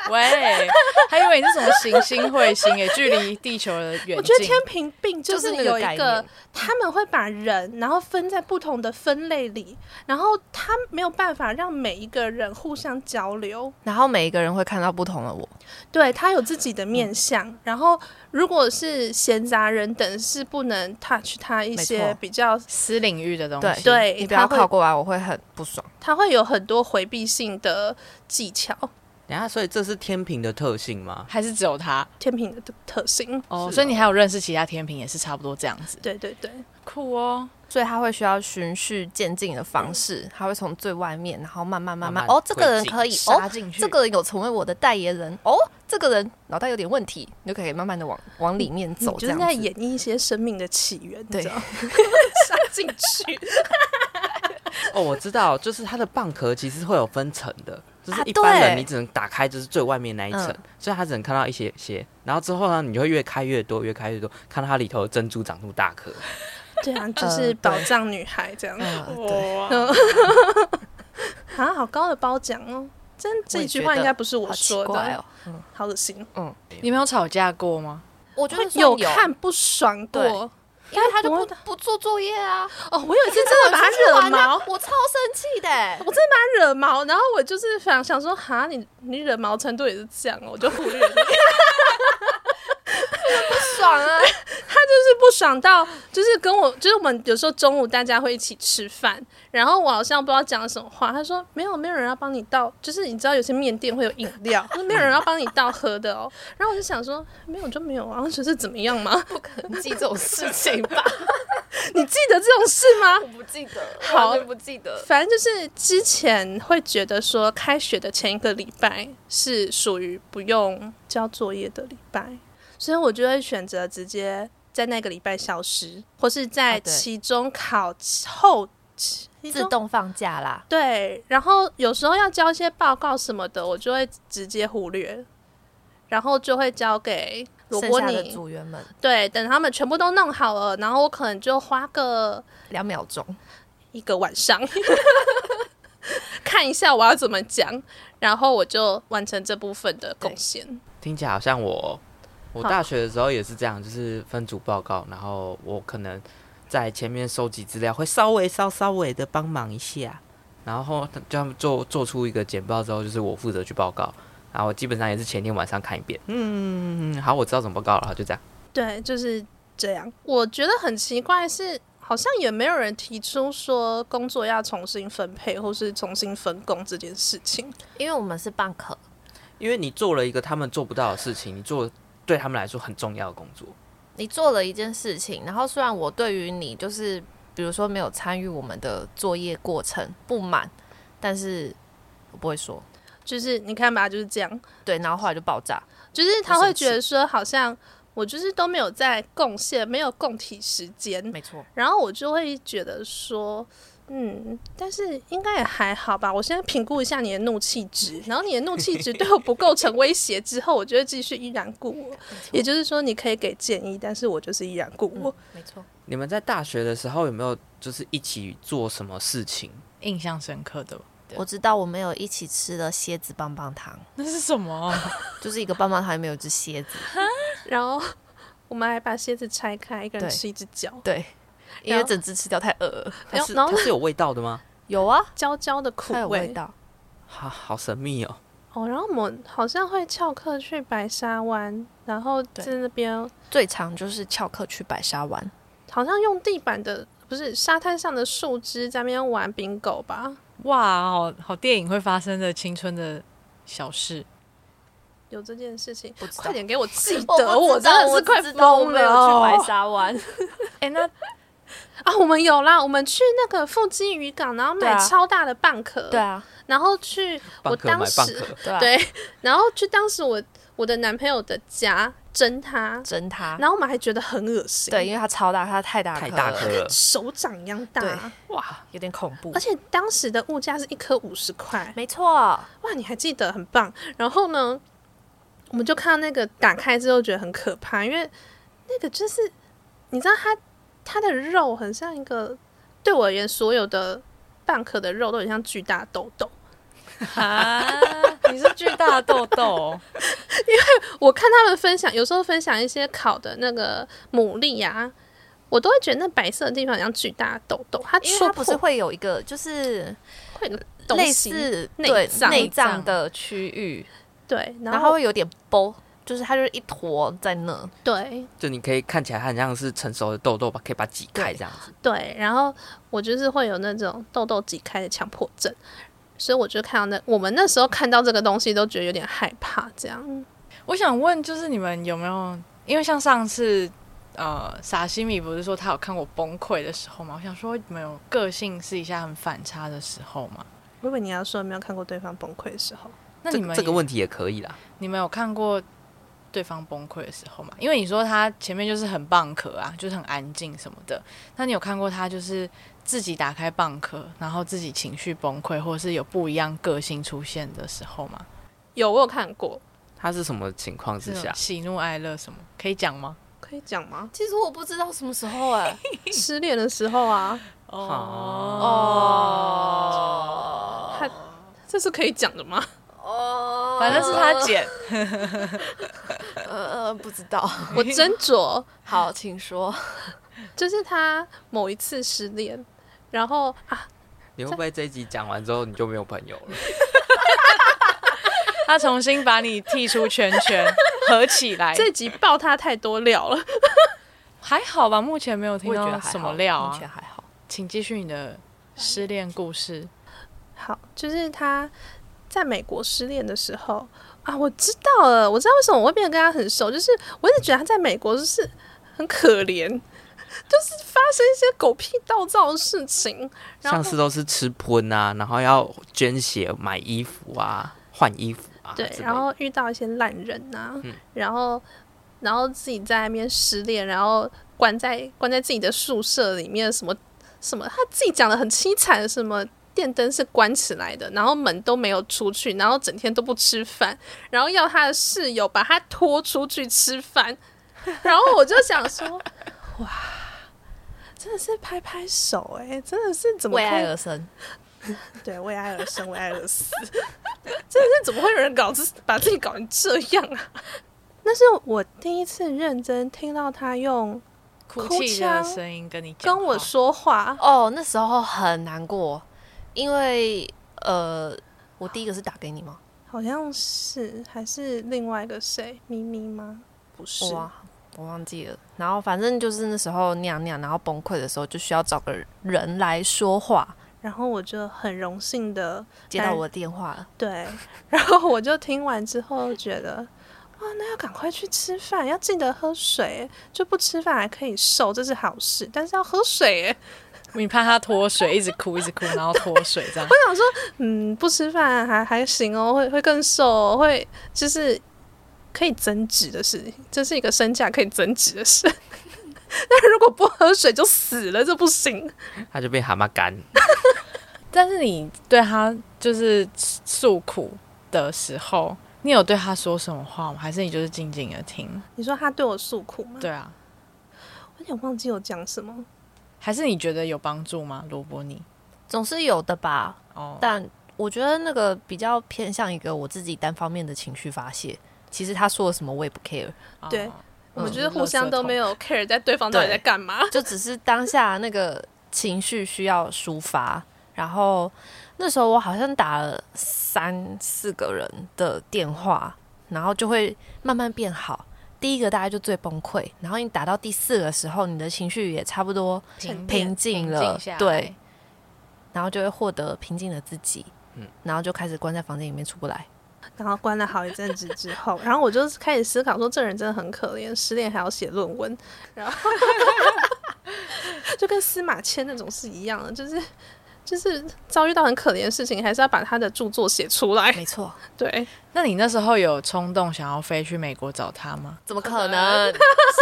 S3: 喂， 还以为你是什么行星彗星诶，距离地球的远
S1: 我觉得
S3: 近
S1: 天。平病就
S2: 就是
S1: 是
S2: 那个
S1: 有
S2: 概
S1: 一个
S2: 念，
S1: 他们会把人然后分在不同的分类里，然后他没有办法让每一个人互相交流。
S2: 然后每一个人会看到不同的我，
S1: 对他有自己的面相，
S2: 嗯
S1: 然后如果是闲杂人等是不能 touch 他一
S2: 没
S1: 些
S2: 错
S1: 比较，
S3: 私领域的东西，
S1: 对
S2: 你不要
S1: 哎他会
S2: 靠过来，我会很不爽。
S1: 他会有很多回避性的技巧，
S4: 等一下，所以这是天平的特性吗？
S3: 还是只有他
S1: 天平的特性。
S3: 哦
S4: 是
S3: 所以你
S4: 哦
S3: 还有认识其他天平，也是差不多这样子，
S1: 对对对，
S3: 酷哦。
S2: 所以他会需要循序渐进的方式，他会从最外面，然后慢慢慢慢，
S4: 慢慢
S2: 哦，这个人
S4: 推进
S2: 可以，
S3: 杀
S2: 哦，
S3: 进去，
S2: 这个人有成为我的代言人，哦，这个人脑袋有点问题，你就可以慢慢的往往里面
S1: 你
S2: 走，
S1: 就
S2: 这
S1: 是
S2: 样
S1: 在
S2: 子。
S1: 演绎一些生命的起源，你
S2: 对
S1: 知道吗 杀进去。
S4: 哦，我知道，就是它的蚌壳其实会有分层的，就是
S2: 啊
S4: 一般
S2: 对
S4: 人你只能打开就是最外面那一层，
S2: 嗯
S4: 所以他只能看到一些些，然后之后呢，你就会越开越多，越开越多，看到它里头的珍珠长出大颗。
S1: 对啊，就
S2: 呃
S1: 是
S2: 对
S1: 宝藏女孩这样。
S2: 嗯，对，
S3: 呃哦 对，
S1: 啊，好高的褒奖哦！真这一句话应该不是我
S2: 好奇
S1: 说的，
S2: 怪哦。
S1: 好恶心。
S3: 你们有吵架过吗？
S2: 我觉得算
S1: 有
S2: 有
S1: 看不爽过
S2: 对
S1: 哦，
S2: 因为他就
S1: 不
S2: 不
S1: 会
S2: 不做作业 啊，
S1: 我有一次真的把他惹毛，
S2: 我超生气的欸、
S1: 我真的把他惹毛，然后我就是想想说，哈，你你惹毛程度也是这样哦，我就忽略你。
S2: 爽啊！
S1: 就是不爽到，就是跟我，就是我们有时候中午大家会一起吃饭，然后我好像不知道讲了什么话，他说没有，没有人要帮你倒，就是你知道有些面店会有饮料，他说没有人要帮你倒喝的哦。然后我就想说，没有就没有啊，就是怎么样嘛？
S2: 不可能记这种事情 吧？
S1: 你记得这种事吗？
S2: 我不记得，
S1: 好
S2: 完全不记得。
S1: 反正就是之前会觉得说，开学的前一个礼拜是属于不用交作业的礼拜，所以我就会选择直接在那个礼拜消失，或是在
S2: 啊对
S1: 期中考后期
S2: 自
S1: 中
S2: 动放假啦，
S1: 对，然后有时候要交一些报告什么的，我就会直接忽略，然后就会交给罗
S2: 剩
S1: 伯
S2: 下的
S1: 尼。
S2: 组员们
S1: 对，等他们全部都弄好了，然后我可能就花个
S2: 两秒钟，
S1: 一个晚上， 看一下我要怎么讲，然后我就完成这部分的贡献。
S4: 听起来好像我，我
S1: 好
S4: 大学的时候也是这样，就是分组报告，然后我可能在前面收集资料，会稍微稍稍微的帮忙一下，然后就他们做做出一个简报之后，就是我负责去报告，然后我基本上也是前天晚上看一遍，嗯，好，我知道怎么报告了，就这样。
S1: 对，就是这样。我觉得很奇怪是，好像也没有人提出说工作要重新分配或是重新分工这件事情。
S2: 因为我们是半课，
S4: 因为你做了一个他们做不到的事情，你做对他们来说很重要的工作，
S2: 你做了一件事情，然后虽然我对于你就是比如说没有参与我们的作业过程不满，但是我不会说，
S1: 就是你看吧，就是这样。
S2: 对，然后后来就爆炸，
S1: 就是他
S2: 我
S1: 会
S2: 生气
S1: 觉得说，好像我就是都没有在贡献，没有共体时间，
S2: 没错，
S1: 然后我就会觉得说，嗯，但是应该也还好吧。我现在评估一下你的怒气值，然后你的怒气值对我不构成威胁之后，我就会继续依然故我。也就是说，你可以给建议，但是我就是依然故我。
S2: 没错，
S4: 你们在大学的时候有没有就是一起做什么事情？
S3: 印象深刻的
S2: 我知道我们有一起吃了蝎子棒棒糖，
S3: 那是什么？
S2: 就是一个棒棒糖里面有一只蝎子，
S1: 然后我们还把蝎子拆开，一个人
S2: 对
S1: 吃一只脚，哎
S2: 对，因为整只吃掉太饿了，
S4: 它是
S1: 然后
S4: 它是有味道的吗？
S2: 有啊，
S1: 焦焦的苦
S2: 它有味
S1: 味
S2: 道，
S4: 好好神秘哦。
S1: 哦。然后我们好像会翘课去白沙湾，然后
S2: 对
S1: 在那边
S2: 最常就是翘课去白沙湾，
S1: 好像用地板的。不是沙滩上的树枝在那边玩 bingo 吧？
S3: 哇，好好电影会发生的青春的小事。
S1: 有这件事情，
S2: 不知道
S1: 快点给我 记
S2: 不知
S1: 得，
S2: 道
S1: 我真的是快
S2: 知道我
S1: 疯
S2: 没
S1: 了
S2: 有去 白
S1: 哦
S2: 沙湾，
S3: 哎、那
S1: 啊！我们有啦，我们去那个腹肌渔港，然后
S2: 对
S1: 买
S2: 啊
S1: 超大的蚌壳，
S2: 对啊，
S1: 然后去我
S4: 蚌壳买
S1: 当
S4: 蚌
S1: 时
S4: 壳，
S2: 对啊，
S1: 对，然后去当时我我的男朋友的家蒸他，
S2: 蒸它，
S1: 然后我们还觉得很恶心，
S2: 对，因为它超大，它太大
S4: 太
S2: 颗
S4: 大颗
S2: 了，
S4: 了，
S1: 手掌一样
S2: 对
S1: 大，
S4: 哇！
S2: 有点恐怖
S1: 而，且当时的物价是一颗五十块，
S2: 没错，
S1: 哇，你还记得，很棒。然后呢，我们就看到那个打开之后觉得很可怕，因为那个就是你知道它它的肉很像一个，对我而言所有的蚌壳的肉都很像巨大的痘痘。
S3: 啊， 你是巨大的痘痘，
S1: 我看他们分享，有时候分享一些烤的那个牡蛎啊，我都会觉得那白色的地方很像巨大的痘痘，它
S2: 因为
S1: 戳
S2: 它
S1: 破
S2: 不是会有一个就是
S1: 会有个东
S2: 类
S1: 西
S2: 似
S1: 内
S2: 对
S1: 脏
S2: 内脏的区域，
S1: 对，然
S2: 然后
S1: 后
S2: 会有点包，就是它就是一坨在那，？
S1: 对
S4: 就你可以看起来它很像是成熟的痘痘吧，可以把它挤开这样子。
S1: 对，然后我就是会有那种痘痘挤开的强迫症，所以我就看到那我们那时候看到这个东西都觉得有点害怕，这样
S3: 我想问，就是你们有没有？因为像上次，呃，傻西米不是说他有看我崩溃的时候吗？我想说，你们有个性是一下很反差的时候吗？
S1: 我以为你要说没有看过对方崩溃的时候，
S3: 那
S4: 这
S3: 你
S4: 个
S3: 们
S4: 这个
S3: 有
S4: 问题也可以啦。
S3: 你们有看过对方崩溃的时候吗？因为你说他前面就是很蚌壳啊，就是很安静什么的。那你有看过他就是自己打开蚌壳，然后自己情绪崩溃，或者是有不一样个性出现的时候吗？
S1: 有我有看过，
S4: 它是什么情况之
S3: 这
S4: 下
S3: 种？喜怒哀乐什么可以讲吗？
S1: 可以讲吗
S2: 其实我不知道什么时候哎、
S1: 失恋的时候啊，
S2: 哦
S1: 他这是可以讲的吗？
S2: 哦
S3: 反正是他剪，
S2: 呃呃不知道，
S1: 我斟酌，
S2: 好，请说，
S1: 就是他某一次失恋，然后啊，
S4: 你会不会这一集讲完之后你就没有朋友了？
S3: 他重新把你剔出圈圈，合起来。
S1: 这集爆他太多料了，
S3: 还好吧，目前没有听
S2: 我也觉
S3: 到
S2: 得还
S3: 什
S2: 好
S3: 么料
S2: 目
S3: 啊
S2: 前。还好。
S3: 请继续你的失恋故事。
S1: 好，就是他在美国失恋的时候啊，我知道了，我知道为什么我会变得跟他很熟，就是我一直觉得他在美国就是很可怜，就是发生一些狗屁倒灶的事情，然后
S4: 上次都是吃喷啊，然后要捐血、买衣服啊、换衣服啊之类
S1: 对
S4: 的。，
S1: 然后遇到一些烂人呐、
S4: 嗯
S1: 然后然后自己在那边失恋，然后关在关在自己的宿舍里面，什么什么，他自己讲的很凄惨，什么电灯是关起来的，然后门都没有出去，然后整天都不吃饭，然后要他的室友把他拖出去吃饭， 然后我就想说，哇。真的是拍拍手哎、真的是怎么
S2: 为
S1: 可以
S2: 爱而生，
S1: 对，为爱而生，为爱而死。 真的是怎么会有人搞自把自己搞成这样啊？ 那是我第一次认真听到他用
S3: 哭
S1: 哭
S3: 泣的
S1: 腔
S3: 声音啊跟你讲
S1: 跟我
S3: 话
S1: 说话，
S2: 哦，那时候很难过，因为呃，我第一个是打给你吗？
S1: 好像是还是另外一个谁，咪咪吗？不是，
S2: 我啊，我忘记了。然后反正就是那时候那样那样，然后崩溃的时候就需要找个人来说话，
S1: 然后我就很荣幸的
S2: 接到我的电话了。
S1: 对，然后我就听完之后觉得，哇，那要赶快去吃饭，要记得喝水，就不吃饭还可以瘦，这是好事，但是要喝水耶。
S3: 你怕他脱水，一直哭，一直哭，然后脱水这样。
S1: 嗯，不吃饭还还行哦，会会更瘦、哦，会就是可以增脂的事情，这是一个身价可以增脂的事。 但如果不喝水就死了，这不行。
S4: 他就变蛤蟆干，
S3: 但是你对他就是诉苦的时候，你有对他说什么话吗？还是你就是静静的听？
S1: 你说他对我诉苦吗？
S3: 对啊，
S1: 我有点忘记我讲什么。
S3: 还是你觉得有帮助吗？罗伯尼？
S2: 总是有的吧，
S3: 哦，
S2: 但我觉得那个比较偏向一个我自己单方面的情绪发泄。其实他说了什么我也不 care，
S3: 哦
S1: 对我们
S2: 嗯
S1: 就是互相都没。
S3: 垃圾
S1: 有 care 在对方到底
S2: 对
S1: 在干嘛。
S2: 就只是当下那个情绪需要抒发。然后那时候我好像打了三四个人的电话，然后就会慢慢变好。第一个大概就最崩溃，然后你打到第四个的时候，你的情绪也差不多，
S3: 桶
S1: 平
S2: 平静了
S3: 下来
S2: 对，然后就会获得平静的自己，
S4: 嗯
S2: 然后就开始关在房间里面出不 来。
S1: 然后关了好一阵子之后，然后我就开始思考说，这人真的很可怜，失恋还要写论文，然后 就跟司马迁那种是一样的，就是就是遭遇到很可怜的事情，还是要把他的著作写出来。
S2: 没错，
S1: 对，
S3: 那你那时候有冲动想要飞去美国找他吗？
S2: 怎么可能？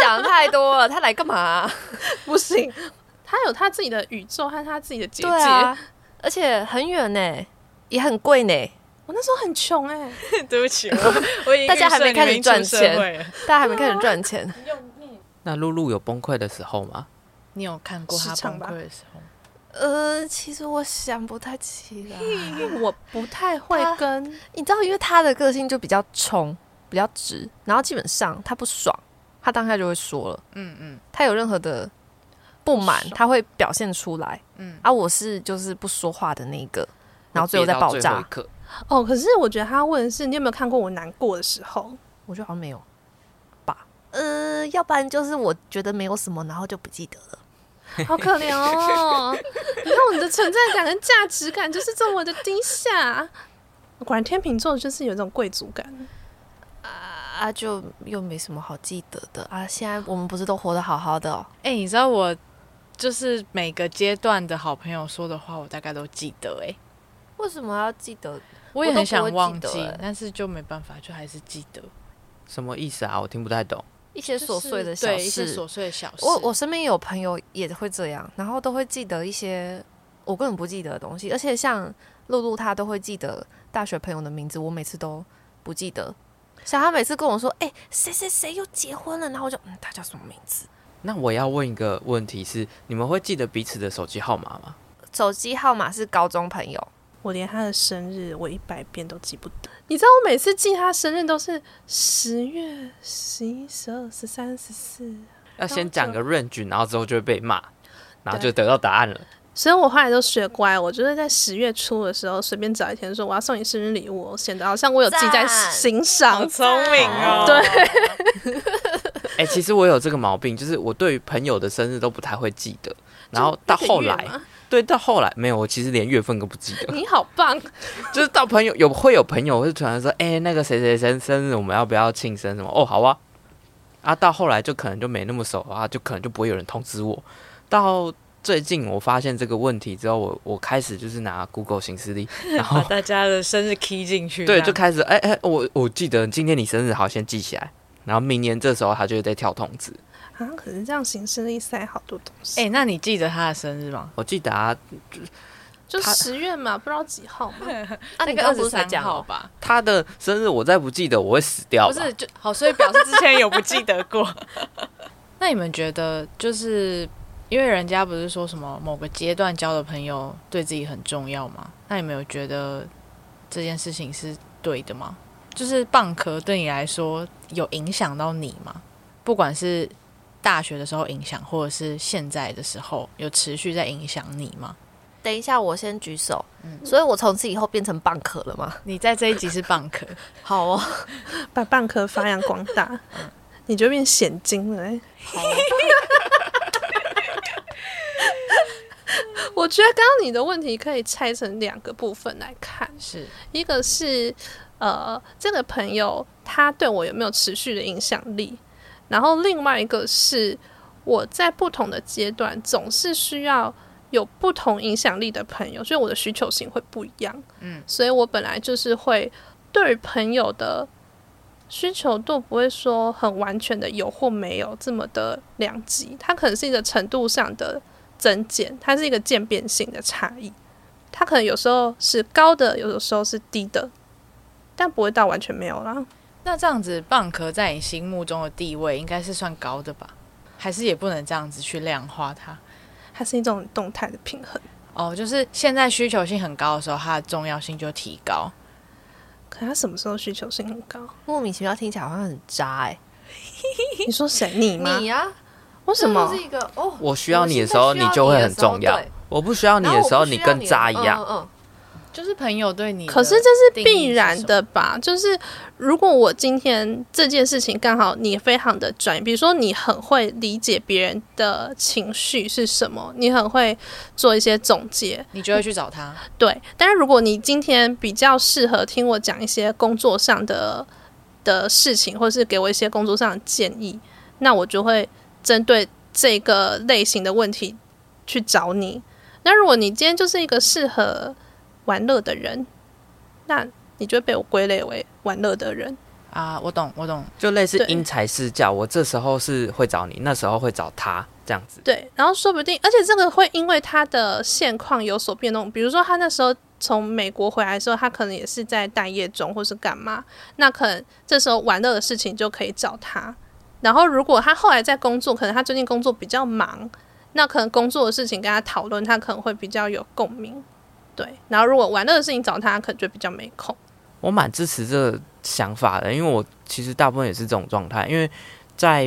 S2: 想太多了，他来干嘛、
S1: 不行，他有他自己的宇宙和他自己的结界。
S2: 对啊，而且很远呢、也很贵呢、
S1: 我那时候很穷哎、
S3: 对不起，我我已
S2: 大家还没开始赚钱，大家还没开始赚钱，
S4: 那露露有崩溃的时候吗？
S3: 你有看过他
S1: 市场
S3: 崩
S1: 吧
S3: 溃的时候吗？
S2: 呃，其实我想不太起 来。
S1: 因为我不太会
S2: 他
S1: 跟
S2: 你知道，因为他的个性就比较冲，比较直，然后基本上他不爽，他当下就会说了。
S3: 嗯嗯
S2: 他有任何的不满
S1: 不，爽
S2: 他会表现出来。
S3: 嗯，
S2: 啊，我是就是不说话的那一个，然后最后再爆
S4: 憋到最后一
S2: 炸。
S4: 刻，
S1: 哦，可是我觉得他问的是你有没有看过我难过的时候？
S2: 我觉得好像没有吧。呃，要不然就是我觉得没有什么，然后就不记得了。
S1: 好可怜哦！你看我们的存在感跟价值感就是这么的低下。果然天秤座就是有一种贵族感，
S2: 啊，就又没什么好记得的啊！现在我们不是都活得好好的哦？
S3: 哎、你知道我就是每个阶段的好朋友说的话，我大概都记得、哎，
S2: 为什么要记得？
S3: 我也
S2: 我都
S3: 很
S2: 不会
S3: 想
S2: 记
S3: 忘
S2: 得
S3: 记，
S2: 哎
S3: 但是就没办法，就还是记得
S4: 什么意思啊？我听不太懂。
S2: 一些
S3: 就
S2: 琐
S3: 是
S2: 碎的小
S3: 对一些
S2: 事
S3: 琐碎的小事。
S2: 我我身边有朋友也会这样，然后都会记得一些我根本不记得的东西，而且像露露她都会记得大学朋友的名字，我每次都不记得。像她每次跟我说：“哎、谁谁谁又结婚了。”然后我就嗯，她叫什么名字？
S4: 那我要问一个问题是：你们会记得彼此的手机号码吗？
S2: 手机号码是高中朋友，
S1: 我连他的生日我一百遍都记不得。你知道我每次记他生日都是十月十一、十二、十三、十四，
S4: 要先
S1: 高中
S4: 讲个 range，然后之后就会被骂，然后就得到答案了。
S1: 所以我后来都学乖，我就是在十月初的时候随便找一天说我要送你生日礼物，显得好像我有记在
S2: 赞
S1: 心上
S4: 啊
S3: 好。聪明哦，
S1: 对，
S4: 哎、其实我有这个毛病，就是我对于朋友的生日都不太会记得，然后到后
S1: 就那个月
S4: 来，
S1: 嘛
S4: 对，到后来没有，我其实连月份都不记 得，
S1: 你好棒，
S4: 就是到朋友有会有朋友会突然说，哎、那个谁谁谁生日，我们要不要庆生什么？哦，好啊，啊，到后来就可能就没那么熟啊，就可能就不会有人通知我。到最近我发现这个问题之后，我我开始就是拿 Google 行事历，然后
S3: 把大家的生日 key 进去，
S4: 对，
S3: 这样
S4: 就开始哎哎、我我记得今天你生日，好，先记起来。然后明年这时候他就会再跳通知。
S1: 啊，可是这样形式力塞好多东西。
S3: 哎、那你记得他的生日吗？
S4: 我记得啊，
S1: 就
S4: 他
S1: 十月嘛，不知道几号嘛。
S2: 啊，
S3: 那
S2: 你
S3: 个
S2: 刚
S3: 二
S2: 刚不
S3: 十
S2: 是才
S3: 三
S2: 讲
S3: 号
S2: 哦
S3: 吧？
S4: 他的生日我再不记得，我会死掉
S3: 不
S4: 吧。
S3: 是，就好，所以表示之前有不记得过。 那你们觉得，就是因为人家不是说什么某个阶段交的朋友对自己很重要吗？那你们有觉得这件事情是对的吗？就是蚌壳对你来说有影响到你吗？不管是大学的时候影响，或者是现在的时候有持续在影响你吗？
S2: 等一下，我先举手。所以我从此以后变成蚌壳了吗？
S3: 你在这一集是蚌壳，
S2: 好哦，
S1: 把蚌壳发扬光大，你就变显精了、欸。 我觉得刚刚你的问题可以拆成两个部分来看，
S3: 是
S1: 一个是呃，这个朋友他对我有没有持续的影响力，然后另外一个是我在不同的阶段总是需要有不同影响力的朋友，所以我的需求型会不一样。
S3: 嗯，
S1: 所以我本来就是会对于朋友的需求度不会说很完全的有或没有这么的两极，它可能是一个程度上的增减，它是一个渐变性的差异。它可能有时候是高的，有的时候是低的，但不会到完全没有啦。
S3: 那这样子，蚌壳在你心目中的地位应该是算高的吧？还是也不能这样子去量化它？
S1: 它是一种动态的平衡，
S3: 哦，就是现在需求性很高的时候，它的重要性就提高。
S1: 可它什么时候需求性很高？
S2: 莫名其妙听起来好像很渣哎、
S1: 你说谁？你吗？
S2: 你呀、
S1: 为什么
S2: 这就？是一个哦，
S4: 我需要你的时候，
S2: 我现在需
S4: 你
S2: 要
S4: 就会很
S2: 的时候
S4: 重要
S2: 对。
S4: 我不需要你
S2: 然后
S4: 的
S2: 我
S4: 时候，
S2: 不需
S4: 你
S2: 要
S4: 跟
S2: 你的
S4: 渣一样。
S2: 嗯嗯
S3: 就是朋友对你，
S1: 可是这是必然。的吧？就是如果我今天这件事情刚好你非常的专业，比如说你很会理解别人的情绪是什么，你很会做一些总结，
S3: 你就会去找他。
S1: 对，但是如果你今天比较适合听我讲一些工作上的的事情，或是给我一些工作上的建议，那我就会针对这个类型的问题去找你。那如果你今天就是一个适合玩乐的人，那你就会被我归类为玩乐的人。
S3: 啊，我懂，我懂。
S4: 就类似
S1: 对
S4: 因材施教，我这时候是会找你，那时候会找他这样子。
S1: 对，然后说不定，而且这个会因为他的现况有所变动。比如说，他那时候从美国回来的时候，他可能也是在待业中或是干嘛，那可能这时候玩乐的事情就可以找他。然后，如果他后来在工作，可能他最近工作比较忙，那可能工作的事情跟他讨论，他可能会比较有共鸣。对，然后如果玩乐的事情找他，可能就比较没空。
S4: 我蛮支持这个想法的，因为我其实大部分也是这种状态，因为在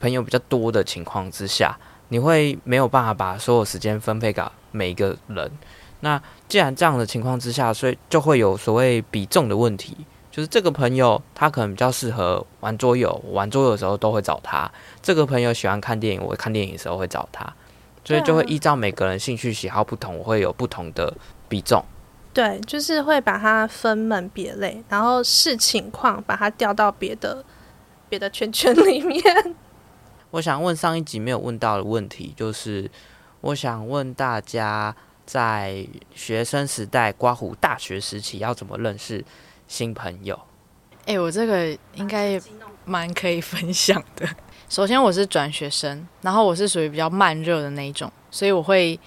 S4: 朋友比较多的情况之下，你会没有办法把所有时间分配给每一个人。那既然这样的情况之下，所以就会有所谓比重的问题，就是这个朋友他可能比较适合玩桌游，我玩桌游的时候都会找他；这个朋友喜欢看电影，我看电影的时候会找他，所以就会
S1: 对啊
S4: 依照每个人兴趣喜好不同，我会有不同的比重。
S1: 对，就是会把它分门别类，然后视情况把它调到别的别的圈圈里面。
S4: 我想问上一集没有问到的问题，就是我想问大家，在学生时代、刮胡大学时期要怎么认识新朋友？
S3: 哎、我这个应该也蛮可以分享的。首先，我是转学生，然后我是属于比较慢热的那一种，所以我会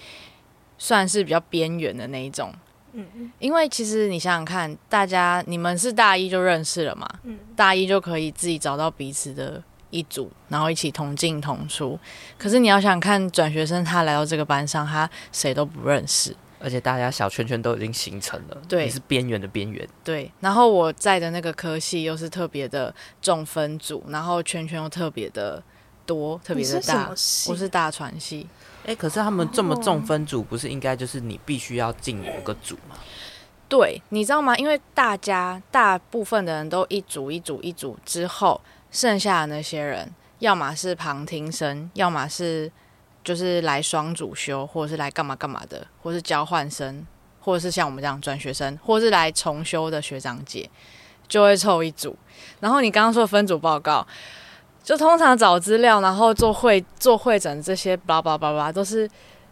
S3: 算是比较边缘的那一种。嗯，因为其实你想想看，大家你们是大一就认识了嘛，嗯，大一就可以自己找到彼此的一组，然后一起同进同出。可是你要想想看，转学生他来到这个班上，他谁都不认识，
S4: 而且大家小圈圈都已经形成了，
S3: 对
S4: 你是边缘的边缘，
S3: 对，然后我在的那个科系又是特别的重分组，然后圈圈又特别的多，特
S1: 你
S3: 别
S1: 是
S3: 的
S1: 什
S3: 大
S1: 么。系
S3: 我是大传系，
S4: 哎、可是他们这么
S3: 哦
S4: 重分组，不是应该就是你必须要进某个组吗？
S3: 对，你知道吗？因为大家大部分的人都一组一组一组之后，剩下的那些人要么是旁听生，要么是就是来双主修，或者是来干嘛干嘛的，或是交换生，或者是像我们这样转学生，或是来重修的学长姐，就会凑一组。然后你刚刚说的分组报告，就通常找资料，然后做会做会诊这些，巴拉巴拉巴拉，都是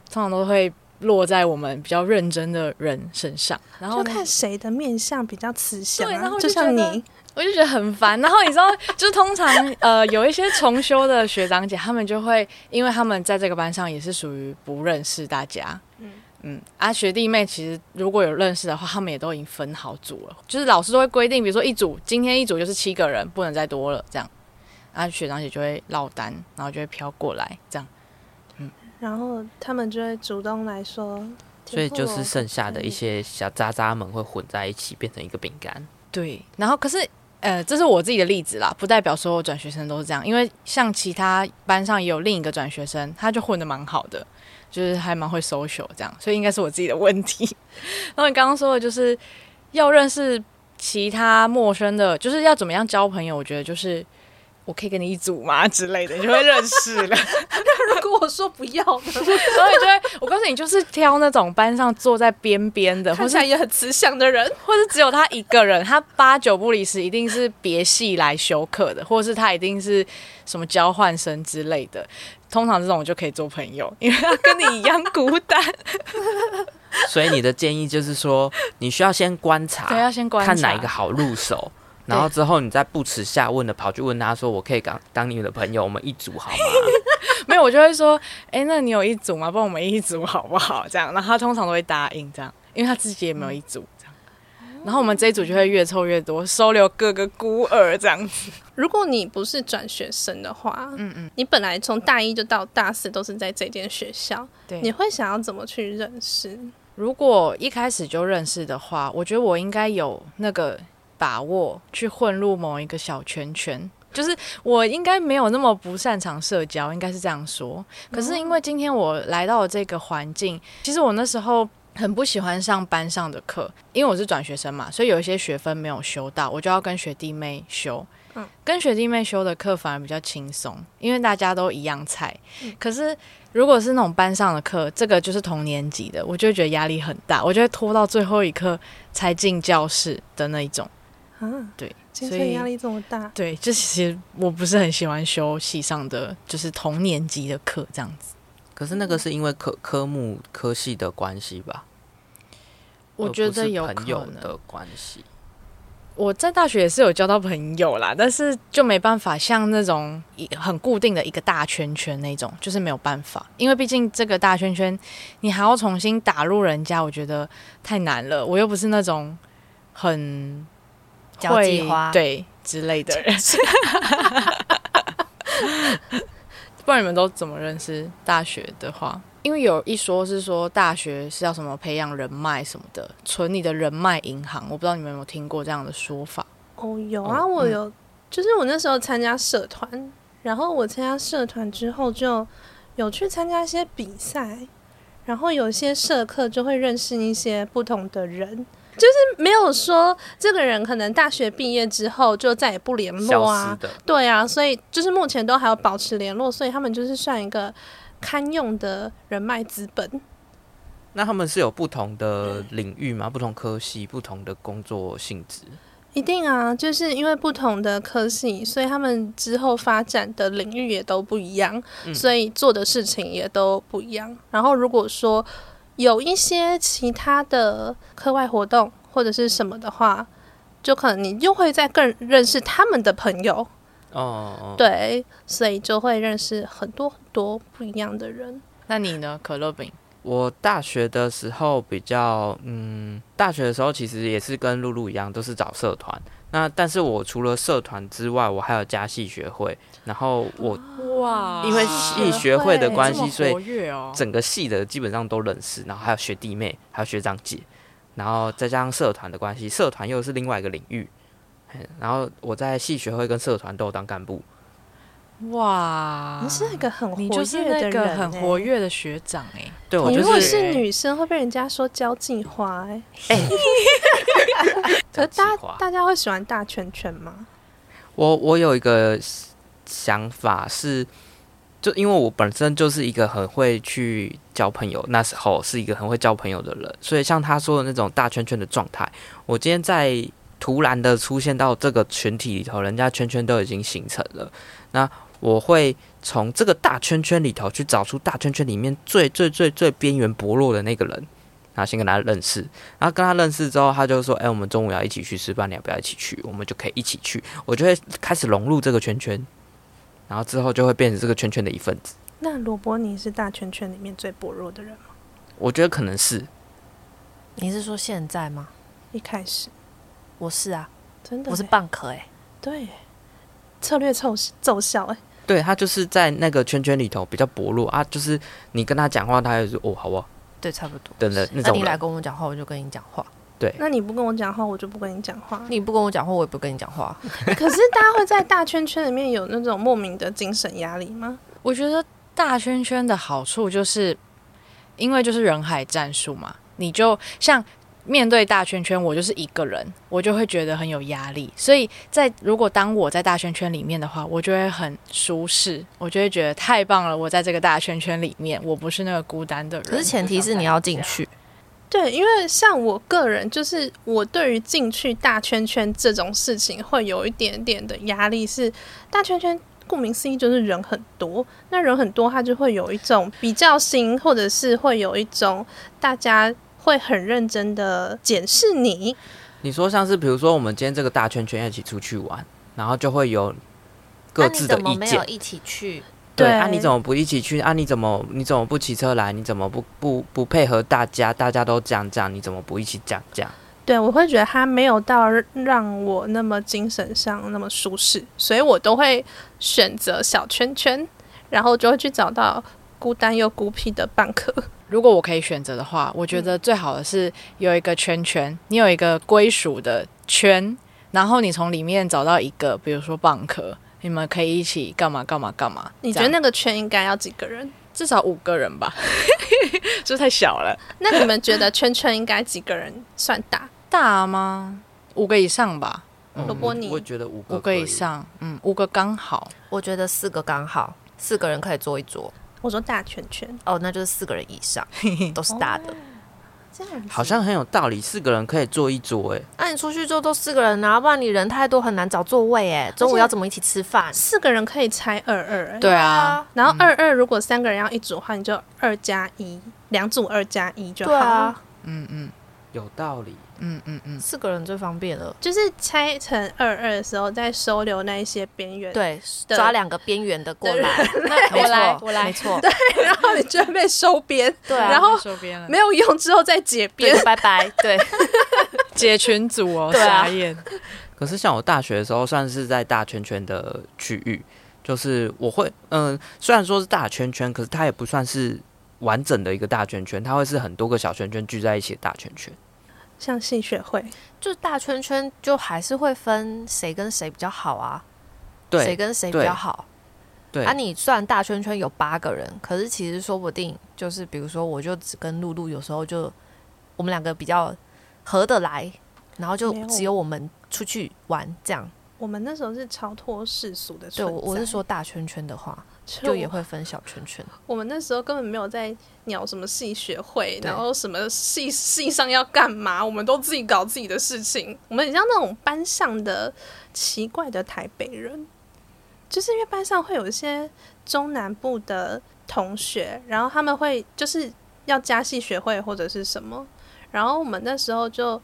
S3: 通常都会落在我们比较认真的人身上。然后
S1: 就
S3: 呢
S1: 看谁的面相比较慈祥、啊，
S3: 对然后
S1: 就
S3: 就
S1: 像
S3: 觉得
S1: 你，
S3: 我就觉得很烦。然后你知道， 就是通常呃有一些重修的学长姐，他们就会因为他们在这个班上也是属于不认识大家，嗯嗯，啊学弟妹其实如果有认识的话，他们也都已经分好组了，就是老师都会规定，比如说一组今天一组就是七个人，不能再多了这样。啊，学长姐就会落单，然后就会飘过来，这样
S1: 然后他们就会主动来说，
S4: 所以就
S1: 田馥
S4: 是
S1: 甄
S4: 剩下的一些小渣渣们会混在一起，变成一个饼干。
S3: 对。然后可是，呃，这是我自己的例子啦，不代表所有转学生都是这样，因为像其他班上也有另一个转学生，他就混得蛮好的，就是还蛮会 social 这样，所以应该是我自己的问题。 然后你刚刚说的就是要认识其他陌生的，就是要怎么样交朋友，我觉得就是我可以跟你一组吗之类的，你就会认识了。
S1: 如果我说不要呢，
S3: 所以就会，我告诉你，就是挑那种班上坐在边边的，或
S1: 看
S3: 是
S1: 起来也很慈祥的人，
S3: 或是只有他一个人，他八九不离十，一定是别系来修课的，或者是他一定是什么交换生之类的。通常这种我就可以做朋友，因为他跟你一样孤 单。
S4: 所以你的建议就是说，你需要先观察，
S3: 对，要先观察
S4: 啊看哪一个好入手，然后之后你再不耻下问的跑去问他说：“我可以当当你的朋友，我们一组好吗
S3: 没有，我就会说，哎、那你有一组吗？帮我们一组好不好？这样，然后他通常都会答应这样，因为他自己也没有一组这样。然后我们这一组就会越凑越多，收留各个孤儿这样子。
S1: 如果你不是转学生的话，嗯嗯，你本来从大一就到大四都是在这间学校，
S3: 对
S1: 你会想要怎么去认识？
S3: 如果一开始就认识的话，我觉得我应该有那个把握去混入某一个小圈圈。就是我应该没有那么不擅长社交，应该是这样说。可是因为今天我来到了这个环境，其实我那时候很不喜欢上班上的课，因为我是转学生嘛，所以有一些学分没有修到，我就要跟学弟妹修。
S1: 嗯
S3: 跟学弟妹修的课反而比较轻松，因为大家都一样菜。可是如果是那种班上的课，这个就是同年级的，我就会觉得压力很大，我就会拖到最后一刻才进教室的那一种。
S1: 啊，
S3: 对，
S1: 精
S3: 所
S1: 神
S3: 以
S1: 压力这么大，
S3: 对，这其实我不是很喜欢修系上的，就是同年级的课这样子。？”
S4: 可是那个是因为科科目科系的关系吧？
S3: 我觉得有
S4: 而
S3: 可
S4: 不是朋友
S3: 能。
S4: 的关系。
S3: 我在大学也是有交到朋友啦，但是就没办法像那种一很固定的一个大圈圈那种，就是没有办法，因为毕竟这个大圈圈，你还要重新打入人家，我觉得太难了。我又不是那种很
S2: 交际
S3: 会
S2: 花
S3: 对之类的人。 不然你们都怎么认识？大学的话，因为有一说是说大学是要什么培养人脉什么的，存你的人脉银行。我不知道你们有没有听过这样的说法。
S1: 哦，有啊，
S4: 哦
S1: 我有，就是我那时候参加社团，然后我参加社团之后就有去参加一些比赛，然后有一些社课就会认识一些不同的人，就是没有说这个人可能大学毕业之后就再也不联
S3: 嗯
S4: 消
S1: 络
S4: 失
S1: 啊，
S4: 的，
S1: 对啊，所以就是目前都还有保持联络，所以他们就是算一个堪用的人脉资本。
S4: 那他们是有不同的领域吗？不同科系、不同的工作性质，
S1: 一定啊，就是因为不同的科系，所以他们之后发展的领域也都不一样，
S4: 嗯
S1: 所以做的事情也都不一样。然后如果说有一些其他的课外活动或者是什么的话，就可能你又会再更认识他们的朋友，
S4: 哦，
S1: 对，所以就会认识很多很多不一样的人。
S3: 那你呢，可乐饼？
S4: 我大学的时候比较，嗯，大学的时候其实也是跟露露一样，都是找社团。那但是我除了社团之外，我还有加戏学会。然后我
S3: 哇
S4: 因为
S3: 啊
S4: 戏学会的关系，所以
S3: 活跃哦，
S4: 整个系的基本上都认识，然后还有学弟妹，还有学长姐，然后再加上社团的关系，社团又是另外一个领域。嘿然后我在系学会跟社团都有当干部，
S3: 哇，
S1: 你是一个很活
S3: 你就是
S1: 跃的
S3: 那
S1: 人、欸
S3: 个很活。跃的学长哎、
S4: 对我
S1: 你
S4: 就
S1: 如果
S4: 是
S1: 是女生，会被人家说交际花、欸。可
S4: 讲
S1: 是大
S4: 气话
S1: 大家会喜欢大圈圈吗？
S4: 我我有一个想法是，就因为我本身就是一个很会去交朋友，那时候是一个很会交朋友的人，所以像他说的那种大圈圈的状态，我今天在突然的出现到这个群体里头，人家圈圈都已经形成了，那我会从这个大圈圈里头去找出大圈圈里面最最最最边缘薄弱的那个人，然后先跟他认识，然后跟他认识之后，他就说：“哎、我们中午要一起去吃饭，你要不要一起去？”我们就可以一起去，我就会开始融入这个圈圈，然后之后就会变成这个圈圈的一份子。
S1: 那罗伯尼是大圈圈里面最薄弱的人吗？
S4: 我觉得可能是
S2: 你是说现在吗？
S1: 一开始
S2: 我是啊，
S1: 真的欸，
S2: 我是蚌壳哎，
S1: 对策略奏奏效哎、
S4: 对他就是在那个圈圈里头比较薄弱啊，就是你跟他讲话，他也是哦，好啊，
S2: 对，差不多。
S4: 等等
S2: 那
S4: 那种
S2: 你来
S4: 人。
S2: 跟我讲话，我就跟你讲话；
S4: 对，
S1: 那你不跟我讲话，我就不跟你讲 话。
S2: 你不跟我讲话，我也不跟你讲话。
S1: 可是大家会在大圈圈里面有那种莫名的精神压力吗？
S3: 我觉得大圈圈的好处就是，因为就是人海战术嘛，你就像面对大圈圈，我就是一个人，我就会觉得很有压力。所以在如果当我在大圈圈里面的话，我就会很舒适，我就会觉得太棒了，我在这个大圈圈里面，我不是那个孤单的人。
S2: 可是前提是你要进去，
S1: 对，因为像我个人，就是我对于进去大圈圈这种事情会有一点点的压力是，大圈圈顾名思义就是人很多，那人很多，它就会有一种比较心，或者是会有一种大家会很认真的检视你。
S4: 你说像是比如说我们今天这个大圈圈一起出去玩，然后就会有各自
S2: 啊
S4: 的意见。
S2: 一起去？
S4: 对，
S1: 对
S4: 啊，你怎么不一起去？啊，你怎么你怎么不骑车来？你怎么不不不配合大家？大家都这样这样，你怎么不一起讲这样？
S1: 对，我会觉得它没有到让我那么精神上那么舒适，所以我都会选择小圈圈，然后就会去找到孤单又孤僻的蚌壳。
S3: 如果我可以选择的话，我觉得最好的是有一个圈圈，你有一个归属的圈，然后你从里面找到一个，比如说蚌壳，你们可以一起干嘛干嘛干嘛。
S1: 你
S3: 这
S1: 觉得
S3: 样
S1: 那个圈应该要几个人？
S3: 至少五个人吧？ 是不是太小了？
S1: 那你们觉得圈圈应该几个人算 大？
S3: 大吗？五个以上吧，
S1: 萝卜泥
S4: 嗯我觉得五个
S3: 五个
S4: 可
S3: 以
S4: 以
S3: 上，嗯，五个刚好。
S2: 我觉得四个刚好，四个人可以坐一桌。
S1: 我说大圈圈
S2: 哦，那就是四个人以 上都是大的。
S1: 这样子
S4: 好像很有道理，四个人可以坐一桌哎、
S2: 那、你出去之后都四个人啊，不然你人太多很难找座位哎。中午要怎么一起吃饭？
S1: 四个人可以拆二二、欸，
S3: 对啊，
S1: 然后
S4: 嗯
S1: 二二如果三个人要一组的话，你就二加一，两组二加一就好。
S2: 对啊，
S3: 嗯嗯
S4: 有道理。
S3: 嗯嗯嗯，
S2: 四个人最方便了。
S1: 就是拆成二二的时候，再收留那一些边缘，，
S2: 对，
S1: 的
S2: 抓两个边缘的过来。
S3: 那
S2: 没
S3: 我来
S2: 错，
S3: 我来
S2: 没，错，
S1: 然后你就会被收编，
S2: 对啊
S1: 然后
S3: 收编
S4: 嗯
S3: 了
S1: 没，有用之后再解
S2: 对
S1: 编。，
S2: 拜拜，对，
S3: 解群组哦，
S2: 对啊
S3: 傻眼。
S4: 可是像我大学的时候，算是在大圈圈的区域，就是我会嗯、虽然说是大圈圈，可是它也不算是完整的一个大圈圈，它会是很多个小圈圈聚在一起的大圈圈。
S1: 像戏学会，
S2: 就大圈圈就还是会分谁跟谁比较好啊，谁
S4: 对
S2: 跟谁比较好
S4: 对，
S2: 啊。你虽然大圈圈有八个人，可是其实说不定就是比如说，我就只跟露露有时候就我们两个比较合得来，然后就
S1: 没有
S2: 只有我们出去玩这样。
S1: 我们那时候是超脱世俗的
S2: 对
S1: 存在。
S2: 我我是说大圈圈的话，
S1: 其实我，
S2: 就也会分小圈圈。
S1: 我们那时候根本没有在鸟什么系学会，
S2: 对
S1: 然后什么系系上要干嘛，我们都自己搞自己的事情。我们很像那种班上的奇怪的台北人，就是因为班上会有一些中南部的同学，然后他们会就是要加系学会或者是什么，然后我们那时候就。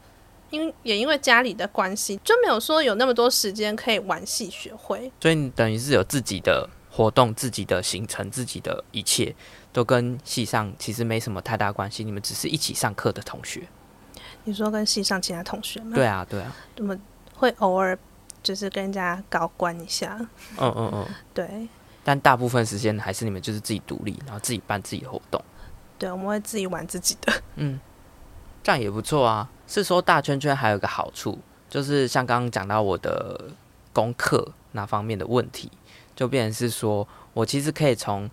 S1: 因为也因为家里的关系，就没有说有那么多时间可以玩系学会。
S4: 所以你等于是有自己的活动、自己的行程、自己的一切，都跟系上其实没什么太大关系。你们只是一起上课的同学。
S1: 你说跟系上其他同学吗？
S4: 对啊，对啊，
S1: 我们会偶尔就是跟人家搞关一下，
S4: 嗯嗯嗯。
S1: 对
S4: 但大部分时间还是你们就是自己独立，然后自己办自己的活动。
S1: 对，我们会自己玩自己的。
S4: 嗯，这样也不错啊。是说大圈圈还有一个好处，就是像刚刚讲到我的功课那方面的问题，就变成是说我其实可以从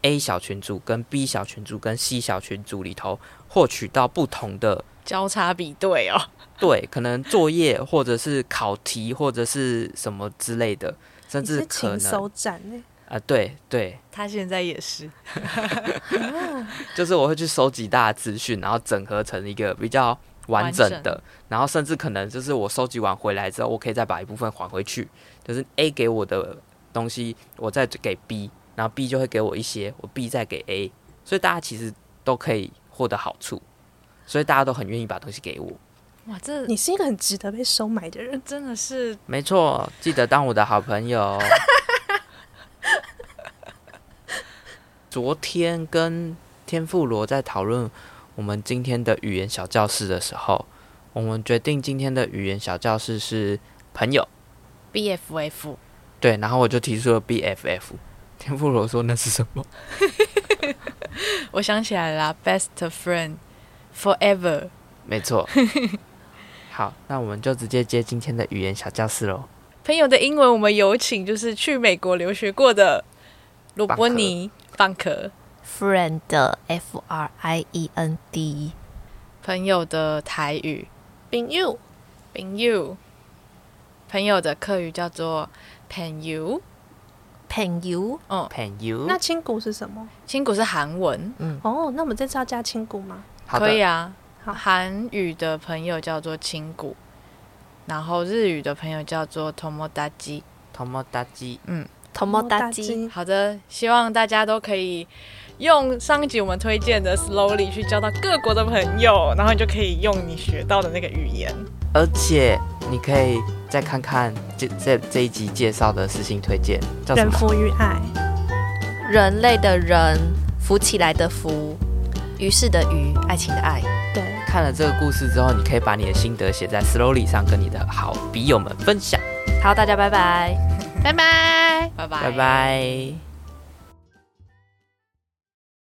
S4: A 小群组、跟 B 小群组、跟 C 小群组里头获取到不同的
S3: 交叉比对哦。
S4: 对，可能作业或者是考题或者是什么之类的，甚
S1: 你
S4: 至
S1: 是
S4: 可
S1: 勤
S4: 能
S1: 手展哎，
S4: 啊，对对，
S3: 他现在也是，
S4: 就是我会去收集大家资讯，然后整合成一个比较完整
S3: 完
S4: 的，然后甚至可能就是我收集完回来之后，我可以再把一部分还回去，就是 A 给我的东西，我再给 B，然后 B 就会给我一些，我 B 再给 A，所以大家其实都可以获得好处，所以大家都很愿意把东西给我。
S3: 哇，这
S1: 你是一个很值得被收买的人。
S3: 真的是
S4: 没错，记得当我的好朋 友。昨天跟天妇罗在讨论我们今天的语言小教室的时候，我们决定今天的语言小教室是朋友。
S3: BFF，
S4: 对，然后我就提出了 BFF。天妇罗说那是什么？
S3: 我想起来了啦，Best Friend Forever。
S4: 没错。好，那我们就直接接今天的语言小教室喽。
S3: 朋友的英文，我们有请就是去美国留学过的罗伯尼蚌壳，
S2: friend 的 F R I E N D，
S3: 朋友的台语
S1: Being you，
S3: 朋友，朋友的客语叫做朋友，
S2: 朋友
S3: 嗯，
S4: 朋友，
S1: 那亲骨是什么？
S3: 亲骨是韩文，
S1: 哦，那我们这次要加亲骨吗？
S4: 好的
S3: 可以啊，
S1: 好
S3: 韩语的朋友叫做亲骨，然后日语的朋友叫做 tomodachi。
S4: 头毛大鸡，
S2: t o m o d a j
S3: 好的，希望大家都可以用上一集我们推荐的 slowly 去交到各国的朋友，然后你就可以用你学到的那个语言。
S4: 而且你可以再看看这这这一集介绍的事情推荐叫什
S1: 人
S4: 么？
S1: 夫与爱，
S2: 人类的人，浮起来的浮，于是的于，爱情的爱。
S1: 对，
S4: 看了这个故事之后，你可以把你的心得写在 Slowly 上，跟你的好笔友们分享。
S2: 好，大家拜拜。
S1: 拜拜。
S3: 拜拜，
S4: 拜拜。